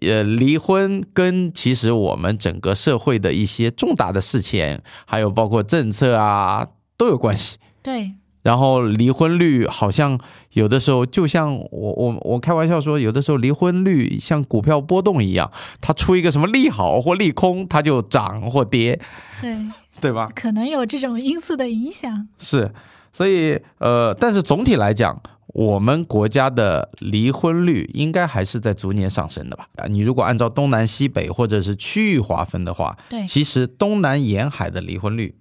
A: 呃，离婚跟其实我们整个社会的一些重大的事情，还有包括政策啊，都有关系。
B: 对，
A: 然后离婚率好像有的时候就像我我我开玩笑说，有的时候离婚率像股票波动一样，它出一个什么利好或利空，它就涨或跌，
B: 对，
A: 对吧？
B: 可能有这种因素的影响。
A: 是，所以呃，但是总体来讲，我们国家的离婚率应该还是在逐年上升的吧？啊，你如果按照东南西北或者是区域划分的话，
B: 对，
A: 其实东南沿海的离婚率，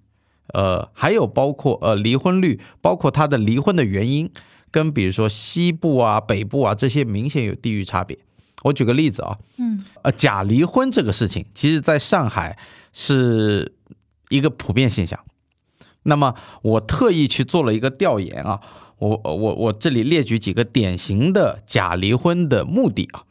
A: 呃，还有包括呃离婚率，包括它的离婚的原因，跟比如说西部啊、北部啊这些明显有地域差别。我举个例子啊，
B: 嗯，
A: 呃，假离婚这个事情，其实在上海是一个普遍现象。那么我特意去做了一个调研啊，我我我这里列举几个典型的假离婚的目的啊，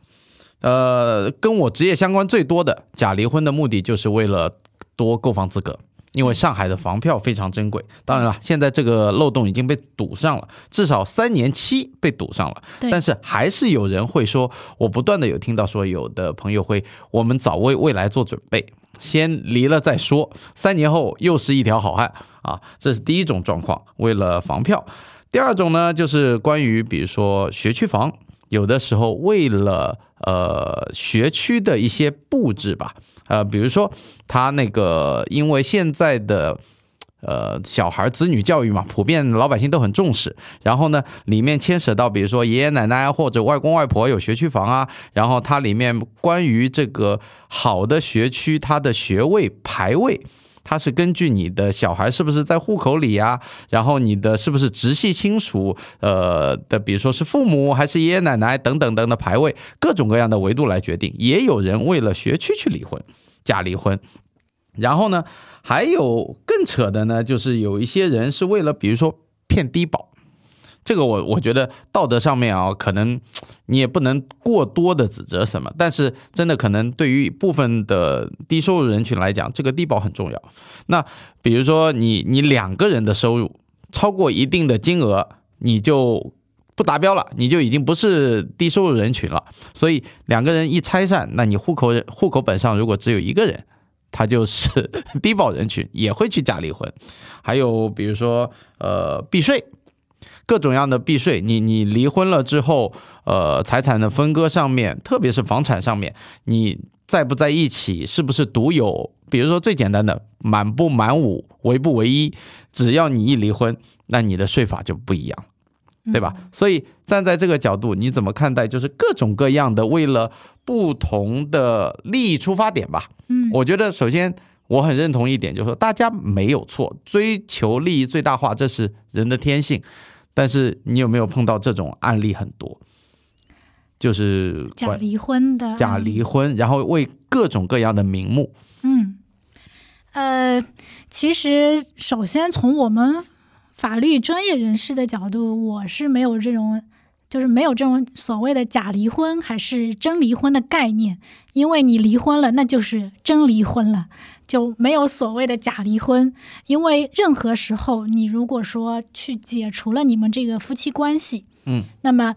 A: 呃，跟我职业相关最多的假离婚的目的就是为了多购房资格。因为上海的房票非常珍贵，当然了，现在这个漏洞已经被堵上了，至少三年期被堵上了。
B: 对，
A: 但是还是有人会说，我不断的有听到说，有的朋友会，我们早为未来做准备，先离了再说，三年后又是一条好汉啊，这是第一种状况，为了房票。第二种呢，就是关于比如说学区房，有的时候为了呃学区的一些布置吧，呃，比如说他那个，因为现在的。呃，小孩子女教育嘛，普遍老百姓都很重视。然后呢，里面牵扯到比如说爷爷奶奶啊或者外公外婆有学区房啊，然后它里面关于这个好的学区，它的学位排位。它是根据你的小孩是不是在户口里啊，然后你的是不是直系亲属，呃的，比如说是父母还是爷爷奶奶等等等的排位，各种各样的维度来决定。也有人为了学区去离婚，假离婚。然后呢，还有更扯的呢，就是有一些人是为了，比如说骗低保，这个我我觉得道德上面啊，可能你也不能过多的指责什么，但是真的可能对于部分的低收入人群来讲，这个低保很重要。那比如说你你两个人的收入超过一定的金额，你就不达标了，你就已经不是低收入人群了。所以两个人一拆散，那你户口人户口本上如果只有一个人，他就是 低保人群，也会去假离婚。还有比如说呃避税，各种样的避税，你你离婚了之后，呃财产的分割上面，特别是房产上面，你在不在一起，是不是独有？比如说最简单的满不满五，唯不唯一，只要你一离婚，那你的税法就不一样。
B: 嗯
A: 对吧？所以站在这个角度，你怎么看待就是各种各样的为了不同的利益出发点吧？
B: 嗯，
A: 我觉得首先我很认同一点，就是说大家没有错，追求利益最大化，这是人的天性。但是你有没有碰到这种案例很多？就是
B: 假
A: 关
B: 离婚的，
A: 假离婚，然后为各种各样的名目，
B: 嗯，呃，其实首先从我们法律专业人士的角度，我是没有这种。就是没有这种所谓的假离婚还是真离婚的概念，因为你离婚了，那就是真离婚了，就没有所谓的假离婚。因为任何时候，你如果说去解除了你们这个夫妻关系，
A: 嗯，
B: 那么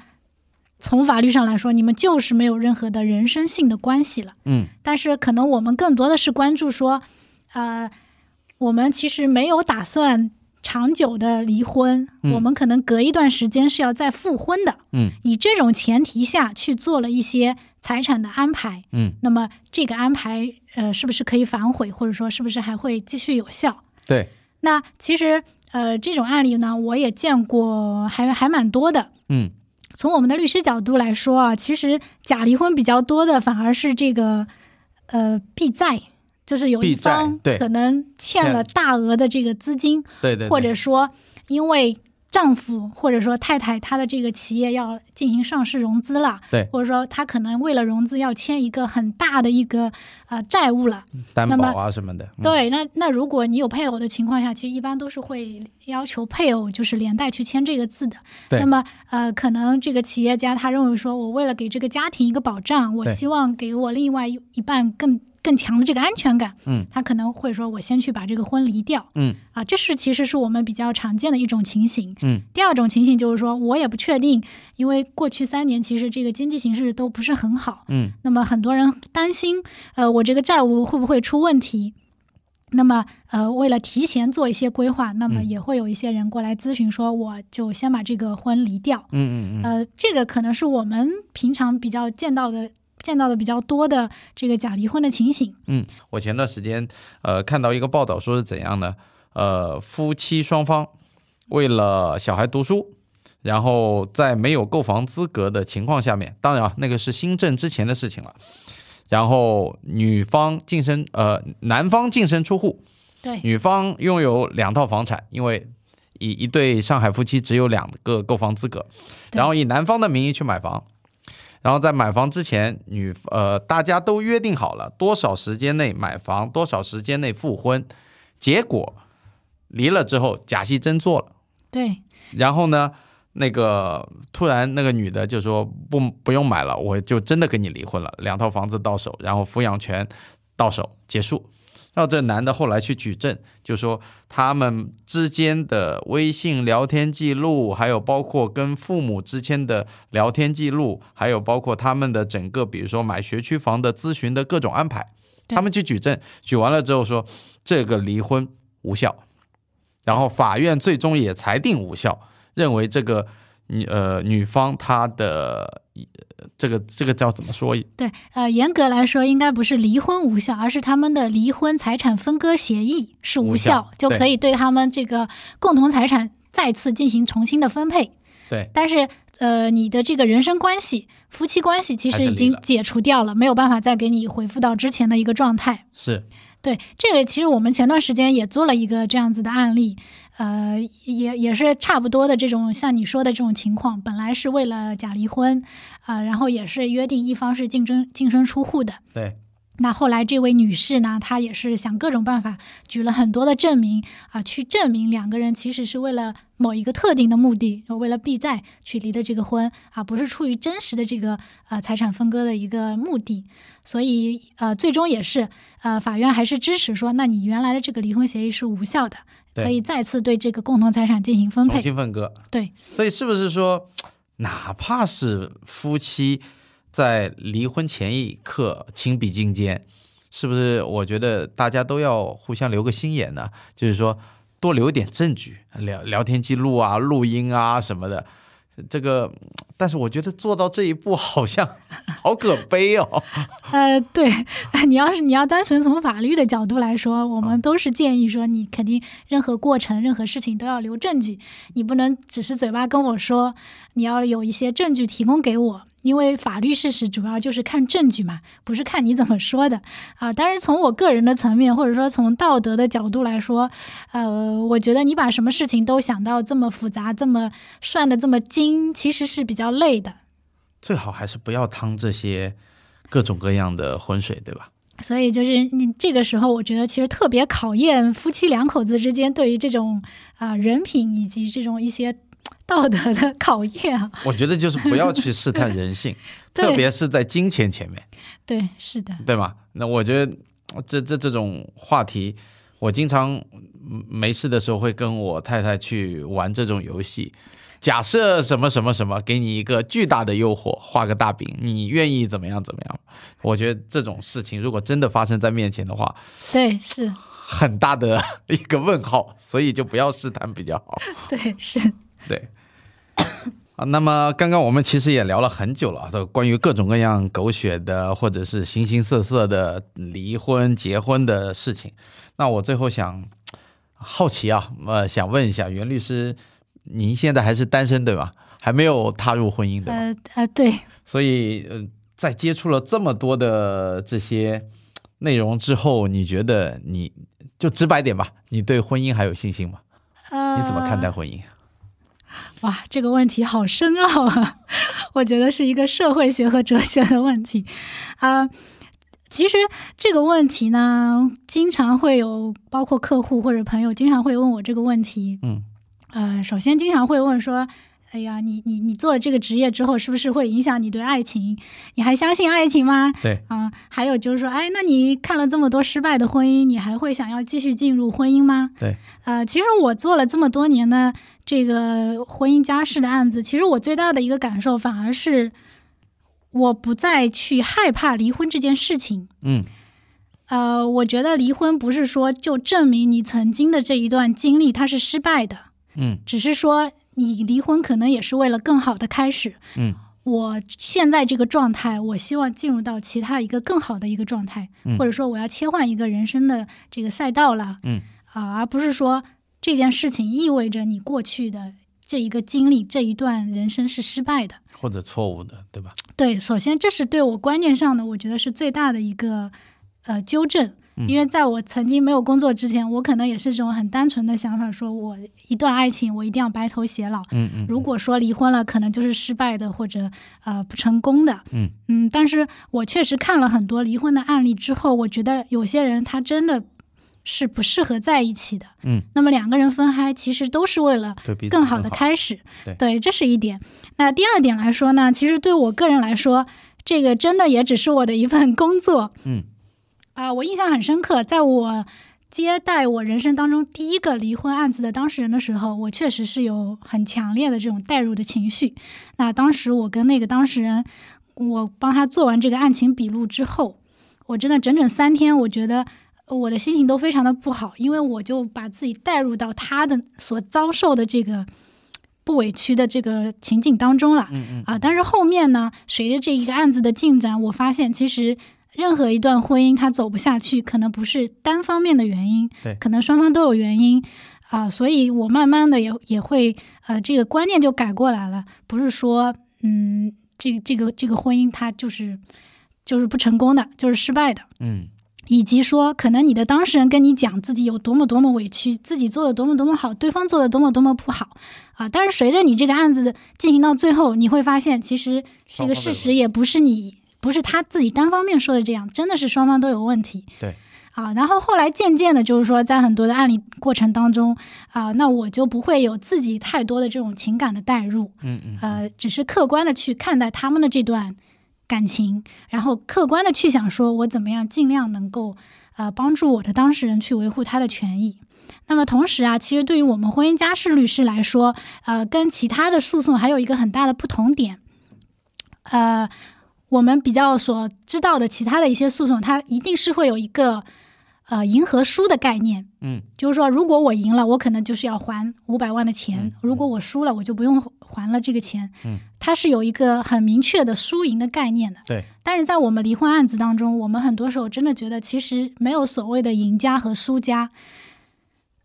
B: 从法律上来说，你们就是没有任何的人身性的关系了。
A: 嗯
B: 但是可能我们更多的是关注说，呃，我们其实没有打算长久的离婚，
A: 嗯
B: 我们可能隔一段时间是要再复婚的。
A: 嗯
B: 以这种前提下去做了一些财产的安排，
A: 嗯，
B: 那么这个安排呃是不是可以反悔，或者说是不是还会继续有效？
A: 对，
B: 那其实呃这种案例呢，我也见过还还蛮多的。
A: 嗯
B: 从我们的律师角度来说啊，其实假离婚比较多的反而是这个呃避债，就是有
A: 避
B: 一
A: 债
B: 方
A: 对
B: 可能欠了
A: 欠
B: 大额的这个资金，
A: 对对，对
B: 或者说因为丈夫或者说太太，他的这个企业要进行上市融资了，
A: 对
B: 或者说他可能为了融资要签一个很大的一个呃债务了，
A: 担
B: 那么
A: 保啊什么的。嗯，
B: 对，那那如果你有配偶的情况下，其实一般都是会要求配偶就是连带去签这个字的。
A: 对
B: 那么呃，可能这个企业家他认为说，我为了给这个家庭一个保障，我
A: 对
B: 希望给我另外一一半更更强的这个安全感。
A: 嗯，
B: 他可能会说，我先去把这个婚离掉。
A: 嗯
B: 啊，这是其实是我们比较常见的一种情形。
A: 嗯，
B: 第二种情形就是说，我也不确定，因为过去三年其实这个经济形势都不是很好，
A: 嗯，
B: 那么很多人担心，呃，我这个债务会不会出问题？那么，呃，为了提前做一些规划，那么
A: 嗯
B: 也会有一些人过来咨询说，我就先把这个婚离掉。
A: 嗯嗯嗯，
B: 呃，这个可能是我们平常比较见到的、见到的比较多的这个假离婚的情形。
A: 我前段时间呃看到一个报道，说是怎样呢？呃，夫妻双方为了小孩读书，然后在没有购房资格的情况下面，当然啊那个是新政之前的事情了。然后女方净身呃男方净身出户，
B: 对，
A: 女方拥有两套房产，因为一一对上海夫妻只有两个购房资格，
B: 对
A: 然后以男方的名义去买房，然后在买房之前，女呃大家都约定好了多少时间内买房，多少时间内复婚，结果离了之后假戏真做了。
B: 对，
A: 然后呢，那个突然那个女的就说不不用买了，我就真的跟你离婚了，两套房子到手，然后抚养权到手，结束。然后这男的后来去举证，就说他们之间的微信聊天记录，还有包括跟父母之间的聊天记录，还有包括他们的整个，比如说买学区房的咨询的各种安排，
B: 对
A: 他们去举证，举完了之后说这个离婚无效，然后法院最终也裁定无效，认为这个女呃女方她的呃这个这个叫怎么说？
B: 对，呃，严格来说，应该不是离婚无效，而是他们的离婚财产分割协议是
A: 无
B: 无
A: 效
B: 就
A: 对
B: 可以对他们这个共同财产再次进行重新的分配。
A: 对
B: 但是，呃，你的这个人身关系、夫妻关系其
A: 还
B: 实
A: 是
B: 已
A: 离
B: 经
A: 了
B: 解除掉了，没有办法再给你回复到之前的一个状态。
A: 是，
B: 对，这个其实我们前段时间也做了一个这样子的案例，呃，也也是差不多的这种像你说的这种情况，本来是为了假离婚，啊、然后也是约定一方是净身净身出户的，
A: 对
B: 那后来这位女士呢，她也是想各种办法，举了很多的证明啊，去证明两个人其实是为了某一个特定的目的，为了避债去离的这个婚啊，不是出于真实的这个呃财产分割的一个目的。所以呃，最终也是呃，法院还是支持说，那你原来的这个离婚协议是无效的，
A: 对
B: 可以再次对这个共同财产进行分
A: 重
B: 配。
A: 新分割。
B: 对，
A: 所以是不是说，哪怕是夫妻在离婚前一刻亲笔进监，是不是？我觉得大家都要互相留个心眼呢，就是说多留点证据，聊聊天记录啊、录音啊什么的。这个，但是我觉得做到这一步好像好可悲哦。
B: 呃，对， 你要是你要单纯从法律的角度来说，我们都是建议说，你肯定任何过程、任何事情都要留证据，你不能只是嘴巴跟我说，你要有一些证据提供给我。因为法律事实主要就是看证据嘛，不是看你怎么说的啊。当然，从我个人的层面，或者说从道德的角度来说，呃，我觉得你把什么事情都想到这么复杂、这么算的这么精，其实是比较累的。
A: 最好还是不要趟这些各种各样的浑水，对吧？
B: 所以就是你这个时候，我觉得其实特别考验夫妻两口子之间对于这种啊、人品以及这种一些道德的考验啊。
A: 我觉得就是不要去试探人性，
B: 对
A: 特别是在金钱前面。
B: 对，是的，
A: 对吧？那我觉得呃这这这种话题，我经常嗯没事的时候会跟我太太去玩这种游戏。假设什么什么什么，给你一个巨大的诱惑，画个大饼，你愿意怎么样怎么样？我觉得这种事情如果真的发生在面前的话，
B: 对，是，
A: 很大的 一个问号，所以就不要试探比较好。
B: 对，是，
A: 对。 啊，那么刚刚我们其实也聊了很久了，啊都关于各种各样狗血的，或者是形形色色的离婚、结婚的事情。那我最后想好奇啊，呃，想问一下袁律师，您现在还是单身对吧？还没有踏入婚姻对吧？
B: 呃呃，对，
A: 所以，呃，在接触了这么多的这些内容之后，你觉得你就直白点吧，你对婚姻还有信心吗？
B: 呃，
A: 你怎么看待？婚姻？
B: 哇，这个问题好深奥啊！ 我觉得是一个社会学和哲学的问题啊。其实这个问题呢，经常会有，包括客户或者朋友经常会问我这个问题。
A: 嗯，
B: 呃，首先经常会问说：“哎呀，你你你做了这个职业之后，是不是会影响你对爱情？你还相信爱情吗？”
A: 对，
B: 啊、还有就是说，哎，那你看了这么多失败的婚姻，你还会想要继续进入婚姻吗？
A: 对，
B: 呃，其实我做了这么多年的这个婚姻家事的案子，其实我最大的一个感受反而是，我不再去害怕离婚这件事情。
A: 嗯，
B: 呃，我觉得离婚不是说就证明你曾经的这一段经历它是失败的，
A: 嗯，
B: 只是说你离婚可能也是为了更好的开始。
A: 嗯，
B: 我现在这个状态，我希望进入到其他一个更好的一个状态，
A: 嗯
B: 或者说我要切换一个人生的这个赛道了。
A: 嗯，
B: 啊、而不是说这件事情意味着你过去的这一个经历、这一段人生是失败的。
A: 或者错误的，对吧？
B: 对，首先这是对我观念上的，我觉得是最大的一个呃纠正。因为在我曾经没有工作之前，我可能也是这种很单纯的想法，说我一段爱情我一定要白头偕老。
A: 嗯嗯，
B: 如果说离婚了，可能就是失败的或者呃不成功的。
A: 嗯
B: 但是我确实看了很多离婚的案例之后，我觉得有些人他真的是不适合在一起的。
A: 嗯，
B: 那么两个人分开其实都是为了
A: 对彼此
B: 更好的开始。
A: 对
B: 这是一点。那第二点来说呢，其实对我个人来说，这个真的也只是我的一份工作。
A: 嗯，
B: 啊、我印象很深刻，在我接待我人生当中第一个离婚案子的当事人的时候，我确实是有很强烈的这种代入的情绪。那当时我跟那个当事人，我帮他做完这个案情笔录之后，我真的整整三天，我觉得呃我的心情都非常的不好，因为我就把自己带入到他的所遭受的这个不委屈的这个情景当中了。
A: 嗯嗯
B: 啊，但是后面呢，随着这一个案子的进展，我发现其实任何一段婚姻它走不下去，可能不是单方面的原因，
A: 对
B: 可能双方都有原因啊、所以我慢慢的也也会呃，这个观念就改过来了，不是说嗯，这这个这个婚姻它就是就是不成功的，就是失败的。
A: 嗯
B: 以及说，可能你的当事人跟你讲自己有多么多么委屈，自己做的多么多么好，对方做的多么多么不好啊。但是随着你这个案子进行到最后，你会发现，其实这个事实也不是你不是他自己单方面说的这样，真的是双方都有问题。
A: 对
B: 啊，然后后来渐渐的，就是说在很多的案例过程当中啊，那我就不会有自己太多的这种情感的代入，
A: 嗯嗯
B: 呃，只是客观的去看待他们的这段感情，然后客观的去想说，我怎么样尽量能够呃帮助我的当事人去维护他的权益。那么同时啊，其实对于我们婚姻家事律师来说，呃，跟其他的诉讼还有一个很大的不同点，呃，我们比较所知道的其他的一些诉讼，它一定是会有一个呃赢和输的概念。
A: 嗯
B: 就是说，如果我赢了，我可能就是要还五百万的钱；如果我输了，我就不用还了这个钱。
A: 嗯，
B: 它是有一个很明确的输赢的概念的。
A: 对，
B: 但是在我们离婚案子当中，我们很多时候真的觉得其实没有所谓的赢家和输家，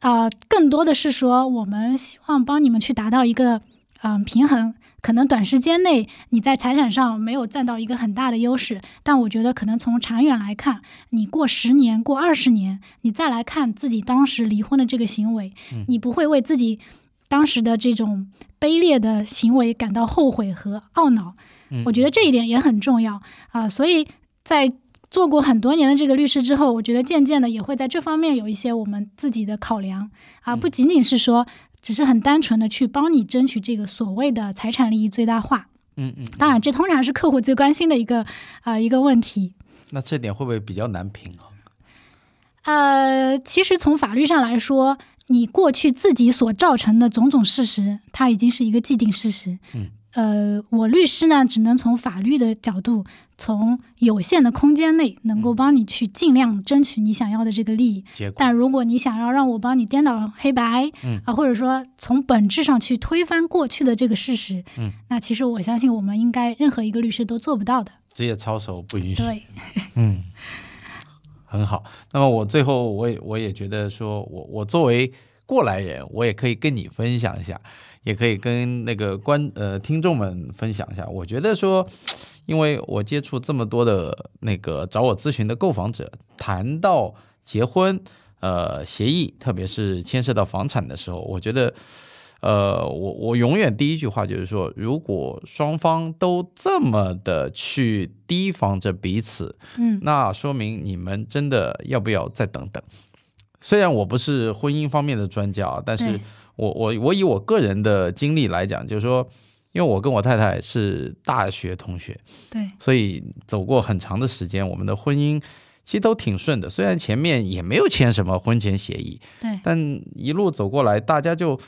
B: 啊、更多的是说我们希望帮你们去达到一个嗯、平衡。可能短时间内你在财产上没有占到一个很大的优势，但我觉得可能从长远来看，你过十年、过二十年，你再来看自己当时离婚的这个行为，
A: 嗯
B: 你不会为自己当时的这种卑劣的行为感到后悔和懊恼。
A: 嗯
B: 我觉得这一点也很重要啊、所以在做过很多年的这个律师之后，我觉得渐渐的也会在这方面有一些我们自己的考量啊、不仅仅是说只是很单纯的去帮你争取这个所谓的财产利益最大化。
A: 嗯嗯，
B: 当然，这通常是客户最关心的一个啊一个问题。
A: 那这点会不会比较难啊平衡？
B: 呃，其实从法律上来说，你过去自己所造成的种种事实，它已经是一个既定事实。
A: 嗯。
B: 呃，我律师呢，只能从法律的角度，从有限的空间内，能
A: 嗯
B: 够帮你去尽量争取你想要的这个利益。
A: 结果
B: 但如果你想要让我帮你颠倒黑白，
A: 嗯
B: 啊，或者说从本质上去推翻过去的这个事实，
A: 嗯，
B: 那其实我相信我们应该任何一个律师都做不到的。
A: 职业操守不允许。
B: 对，
A: 嗯，很好。那么我最后我也我也觉得说我我作为过来人，我也可以跟你分享一下，也可以跟那个观呃听众们分享一下。我觉得说，因为我接触这么多的那个找我咨询的购房者，谈到结婚呃协议，特别是牵涉到房产的时候，我觉得。呃，我我永远第一句话就是说，如果双方都这么的去提防着彼此，
B: 嗯
A: 那说明你们真的要不要再等等？虽然我不是婚姻方面的专家啊，但是
B: 对
A: 我我我以我个人的经历来讲，就是说，因为我跟我太太是大学同学，
B: 对，
A: 所以走过很长的时间，我们的婚姻其实都挺顺的。虽然前面也没有签什么婚前协议，
B: 对，
A: 但一路走过来，大家就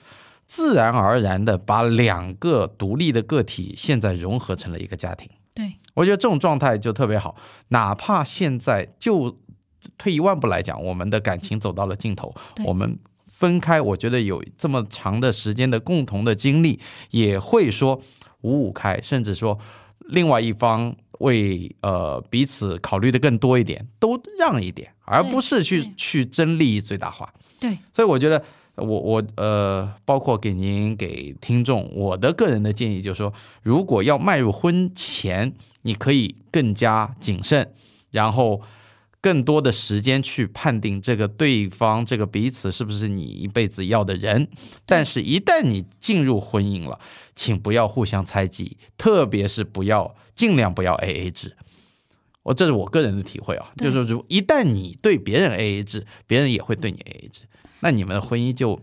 A: 自然而然的把两个独立的个体现在融合成了一个家庭。
B: 对，
A: 我觉得这种状态就特别好，哪怕现在就退一万步来讲，我们的感情走到了尽头，
B: 对
A: 我们分开，我觉得有这么长的时间的共同的经历，也会说五五开，甚至说另外一方为呃彼此考虑的更多一点，都让一点，而不是去
B: 对
A: 去争利益最大化。
B: 对，
A: 所以我觉得我我呃，包括给您给听众，我的个人的建议就是说，如果要迈入婚前，你可以更加谨慎，然后更多的时间去判定这个对方这个彼此是不是你一辈子要的人。但是，一旦你进入婚姻了，请不要互相猜忌，特别是不要尽量不要 A A 制。我这是我个人的体会啊，就
B: 对
A: 是说如一旦你对别人 A A 制，别人也会对你 A A 制，那你们的婚姻就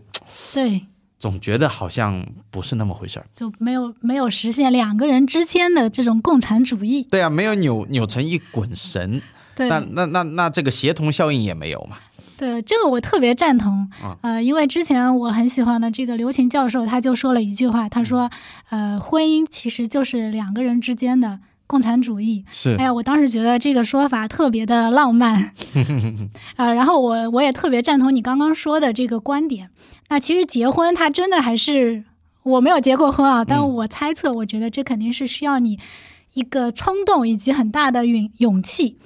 B: 对，
A: 总觉得好像不是那么回事儿。
B: 就没有没有实现两个人之间的这种共产主义。
A: 对啊，没有扭扭成一滚绳，
B: 对，
A: 那那那那这个协同效应也没有嘛。
B: 对，这个我特别赞同。呃，因为之前我很喜欢的这个刘琴教授，他就说了一句话，他说：“呃，婚姻其实就是两个人之间的共产主义。”
A: 是
B: 哎呀，我当时觉得这个说法特别的浪漫，啊、然后我我也特别赞同你刚刚说的这个观点。那其实结婚，它真的还是我没有结过婚啊，但我猜测，我觉得这肯定是需要你一个冲动以及很大的勇勇气，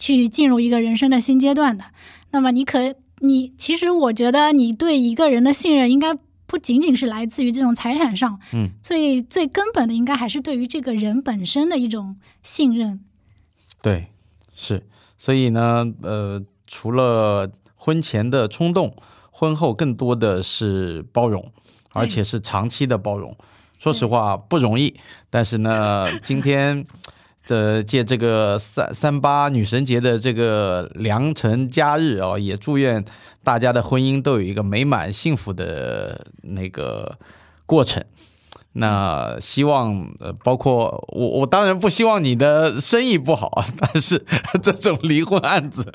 B: 去进入一个人生的新阶段的。那么你可你其实我觉得你对一个人的信任应该。不仅仅是来自于这种财产上，
A: 嗯，
B: 最最根本的应该还是对于这个人本身的一种信任，
A: 对，是，所以呢，呃，除了婚前的冲动，婚后更多的是包容，而
B: 对
A: 且是长期的包容。说实话不容易，但是呢，今天。呃，借这个三三八女神节的这个良辰佳日啊、也祝愿大家的婚姻都有一个美满幸福的那个过程。那希望呃，包括我，我当然不希望你的生意不好， 但是这种离婚案子，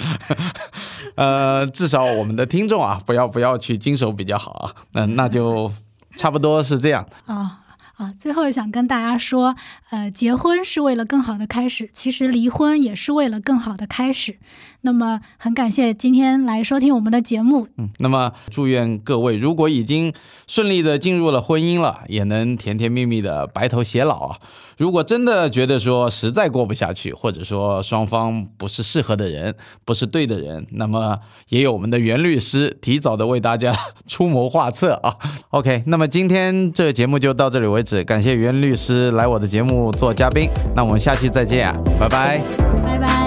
A: 呃，至少我们的听众啊，不要不要去经手比较好啊。那那就差不多是这样。
B: 啊啊！最后想跟大家说，呃，结婚是为了更好的开始，其实离婚也是为了更好的开始。那么，很感谢今天来收听我们的节目，
A: 嗯，那么祝愿各位，如果已经顺利的进入了婚姻了，也能甜甜蜜蜜的白头偕老啊。如果真的觉得说实在过不下去，或者说双方不是适合的人，不是对的人，那么也有我们的袁律师提早的为大家出谋划策啊。OK，那么 今天这个节目就到这里为止，感谢袁律师来我的节目做嘉宾，那我们下期再见啊，拜拜。
B: 拜拜。